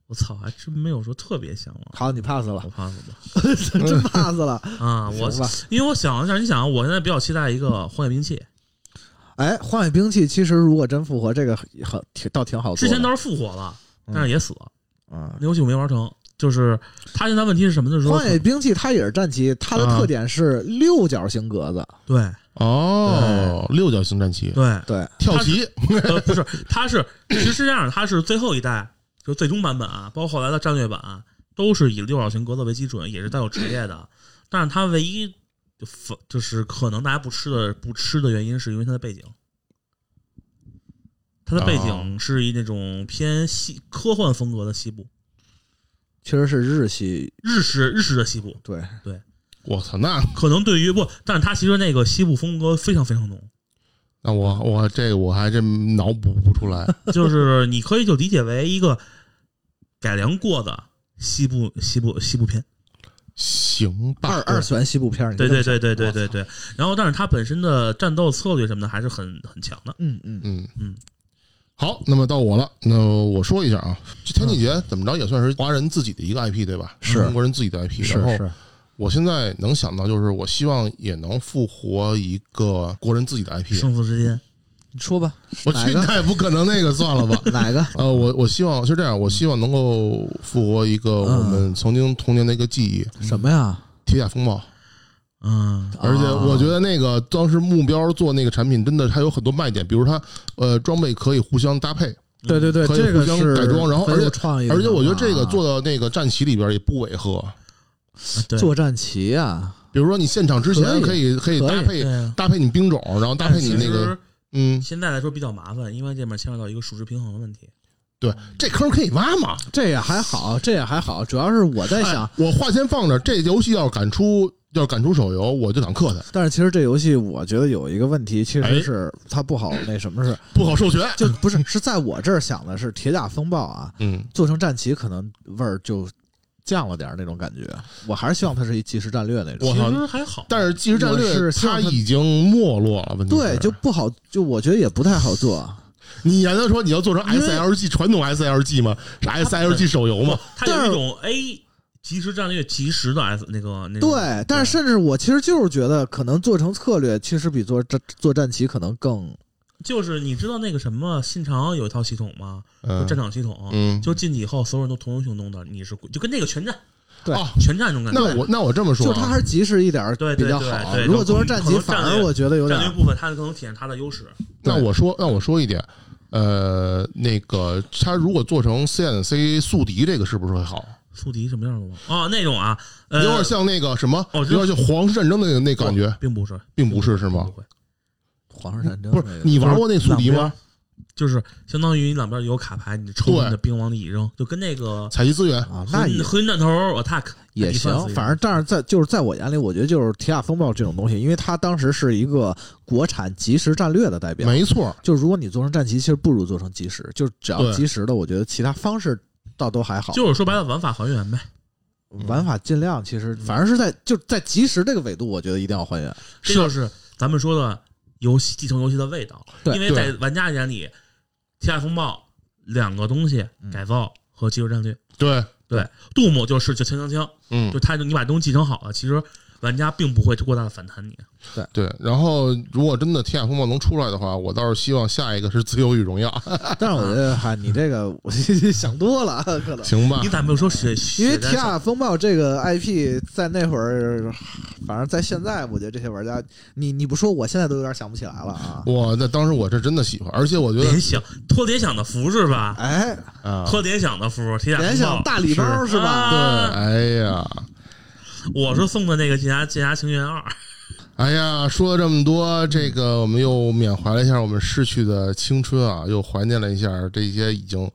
F: 我操，还真没有说特别向往。
E: 好，你 pass 了
F: 我，怕什么
E: 真 pass 了。
F: 啊？我
E: 行吧，
F: 因为我想了一下，你想，啊我现在比较期待一个荒野兵器，
E: 哎，荒野兵器其实如果真复活，这个很挺倒挺好做
F: 之
E: 的。
F: 前倒是复活了，
E: 嗯
F: 但是也死了，
E: 嗯，
F: 那游戏我没玩成。就是它现在问题是什么？就是说
E: 荒，野兵器它也是战旗，它的
F: 嗯
E: 特点是六角形格子。
F: 对
A: 哦，六角形战旗，
F: 对，
E: 对，
A: 跳棋，
F: 呃，不是，它是其实是这样的，它是最后一代，就是最终版本啊，包括后来的战略版啊、都是以六角形格子为基准，也是带有职业的。但是它唯一反就是可能大家不吃的不吃的原因，是因为它的背景，它的背景是以那种偏西科幻风格的西部，
E: 其实是日系。
F: 日式日式的西部，
E: 对，
A: 我操，那
F: 可能对于不，但是它其实那个西部风格非常非常浓，
A: 那我我这我还真脑补不出来。
F: 就是你可以就理解为一个改良过的西部西部西部片。
A: 行吧，
E: 二二次元西部片儿。你
F: 对
E: 这么
F: 对
E: 想
F: 对对对对对。然后，但是它本身的战斗策略什么的还是很很强的。
E: 嗯嗯，
A: 嗯
F: 嗯。
A: 好，那么到我了。那我说一下啊，这天地劫怎么着也算是华人自己的一个 IP，对吧？
E: 嗯是
A: 中国人自己的 IP。
E: 是
A: 然后
E: 是，
A: 我现在能想到就是，我希望也能复活一个国人自己的 IP。
F: 胜负之间，
E: 你说 吧，
A: 我
E: 哪
A: 去，
E: 个
A: 那也不可能，那个算了 吧。
E: 哪个？
A: 呃，我我希望是这样，我希望能够复活一个
E: 嗯
A: 我们曾经童年的一个记忆
E: 什么
A: ——
E: 呀？啊
A: 铁甲风暴。
F: 嗯，
A: 而且我觉得那个当时目标做那个产品，真的它有很多卖点，比如它呃装备可以互相搭配，
E: 嗯
B: 对对对，
A: 可以
B: 这个
A: 互相
B: 是
A: 改装然后
B: 很
A: 而且
B: 有
E: 哎
B: 创意的，
A: 而且我觉得这个
B: 啊
A: 做到那个战旗里边也不违和。
F: 对
E: 作战旗啊，
A: 比如说你现场之前
E: 可
A: 可以可以
E: 可以
A: 搭配
F: 对啊
A: 搭配你兵种，然后搭配你那个嗯，
F: 现在来说比较麻烦，因为这里面牵扯到一个数值平衡的问题。
A: 对，这坑可以挖嘛。
E: 这也还好，这也还好，主要是我在想
A: 哎，我花钱放着，这游戏要敢出要敢出手游，我就想氪它，
E: 但是其实这游戏我觉得有一个问题，其
A: 哎
E: 实是它不好那什么是，
A: 不好授权。
E: 就不是是在我这儿想的是铁甲风暴啊，
A: 嗯，
E: 做成战旗可能味儿就降了点儿那种感觉。我还是希望它是一即时战略那种。
A: 我
F: 其
A: 操
F: 实还好，
A: 但是即时战
E: 我是
A: 略
E: 希
A: 它
E: 望它
A: 已经没落了，问题是
E: 对，就不嗯好，就我觉得也不太好做。
A: 你严的说你要做成
E: 因为
A: SLG 传统 SLG 吗？是 SLG 手游吗？
F: 它有一种 A 即时战略即时的 S 那个那个。
E: 对，但是甚至我其实就是觉得，可能做成策略，其实比做战做战旗可能更
F: 就是你知道那个什么信长有一套系统吗？就
A: 嗯
F: 战场系统，
A: 嗯
F: 就进去以后所有人都同时行动的，你是就跟那个全战
E: 对
A: 啊
F: 全战那种感觉。
A: 那我那我这么
E: 就
A: 说
E: 是它还
A: 啊，
E: 是及时一点儿
F: 对
E: 比
F: 对
E: 较
F: 对
E: 好
F: 对。
E: 如果做成
F: 然
E: 战
F: 后
E: 旗，
F: 可
E: 反
F: 能战
E: 而
F: 略
E: 我觉得有点
F: 战
E: 儿
F: 略部分它更能体现它的优势。
A: 那我说那我说一点，呃，那个它如果做成 CNC 宿敌，这个是不是会好？
F: 宿敌什么样的吗？啊，那种啊，呃，
A: 有点像那个什么，
F: 哦
A: 有
F: 知道
A: 点像皇室战争那个那感觉，
F: 哦并不是，
A: 并不是是吗
F: 不？会，
E: 皇上战争
A: 不
E: 那
A: 是
E: 个
A: 你玩过那宿敌
F: 两
A: 吗
F: 边？就是相当于你两边有卡牌，你抽
A: 对
F: 你的兵往里一扔，就跟那个
A: 采集资源，
E: 啊，那
F: 核
E: 也
F: 核心弹头 attack
E: 也
F: defense 一
E: 行，
F: 样
E: 反正但是在就是在我眼里，我觉得就是《铁甲风暴》这种东西，因为它当时是一个国产即时战略的代表。
A: 没错，
E: 就如果你做成战旗，其实不如做成即时，就只要
A: 对
E: 即时的，我觉得其他方式倒都
A: 哦
E: 还好。
F: 就是说白了玩法还原呗。
E: 玩法尽量其实反正是在就在即时这个维度，我觉得一定要还 原。
F: 这就是咱们说的游戏继承游戏的味道。
E: 对
F: 因为在玩家眼里，《铁甲风暴》两个东西
E: 嗯
F: 改造和技术战略，
A: 对，
F: 对，杜牧就是就轻轻轻，
A: 嗯
F: 就，他你把东西继承好了，其实玩家并不会过大的反弹你。
A: 啊对。然后如果真的《天下风暴》能出来的话，我倒是希望下一个是《自由与荣耀》，
E: 但是我觉得哈，你这个我 想多了，可 能
A: 行吧
F: 你？咋没有说血？
E: 因为《
F: 血
E: 铁
F: 战
E: 甲风暴》这个 IP 在那会儿，反正在现在，我觉得这些玩家，你你不说，我现在都有点想不起来了 啊。
A: 我那当时我是真的喜欢，而且我觉
F: 联
A: 得
F: 想托联想的福是吧？
E: 哎，
A: 啊，
F: 托联想的福，铁甲
E: 联想大礼包是
F: 是
E: 吧？
A: 对，
F: 啊、
A: 哎呀，
F: 我是送的那个《剑侠剑侠情缘二》，
A: 哎呀，说了这么多，这个我们又缅怀了一下我们逝去的青春啊，又怀念了一下这些已经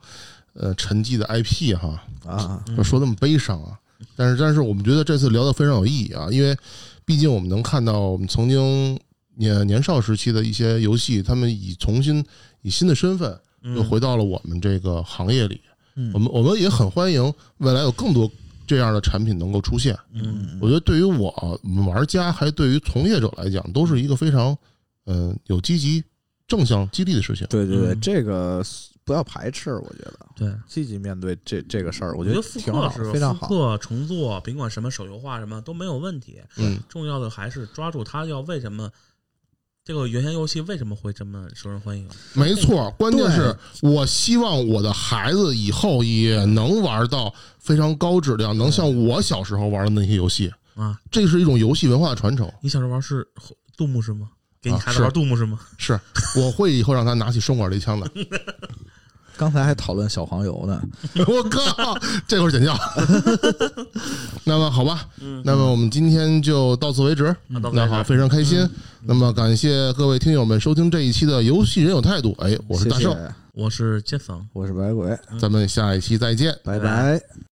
A: 呃沉寂的 IP 哈。
E: 啊，
F: 嗯
A: 就说那么悲伤啊，但是但是我们觉得这次聊的非常有意义啊，因为毕竟我们能看到我们曾经年年少时期的一些游戏，他们以重新以新的身份
F: 嗯
A: 又回到了我们这个行业里。
E: 嗯
A: 我们我们也很欢迎未来有更多这样的产品能够出现。
F: 嗯，
A: 我觉得对于我我们玩家还对于从业者来讲，都是一个非常嗯、呃有积极正向激励的事情。
E: 对对对，
F: 嗯
E: 这个不要排斥，我觉得
F: 对。
E: 积极面对这这个事儿，我
F: 我
E: 觉得
F: 复
E: 挺好
F: 刻，是
E: 非常
F: 复
E: 好。
F: 刻重做，甭管什么手游化什么都没有问题。
A: 嗯，
F: 重要的还是抓住它要为什么这个原先游戏为什么会这么受人欢迎？
A: 没错，关键是我希望我的孩子以后也能玩到非常高质量，能像我小时候玩的那些游戏。
F: 啊，
A: 这是一种游戏文化的 传承。
F: 你小时候玩是杜牧是吗？给你
A: 啊
F: 孩子玩
A: 是
F: 杜牧是吗？
A: 是，我会以后让他拿起双管猎枪的。
E: 刚才还讨论小黄油呢，
A: 我靠，这会儿剪掉。 那么好吧，那么我们今天就到此为止。
F: 嗯啊到此为
A: 那
F: 止嗯
A: 好，非常开心。那么感谢各位听友们收听这一期的《游戏人有态度》。哎，我是
E: 谢
A: 大
E: 谢
A: 圣，
F: 我是剑锋。
E: 我是白鬼，
F: 嗯
A: 咱们下一期再见。
E: 拜
F: 拜
E: 拜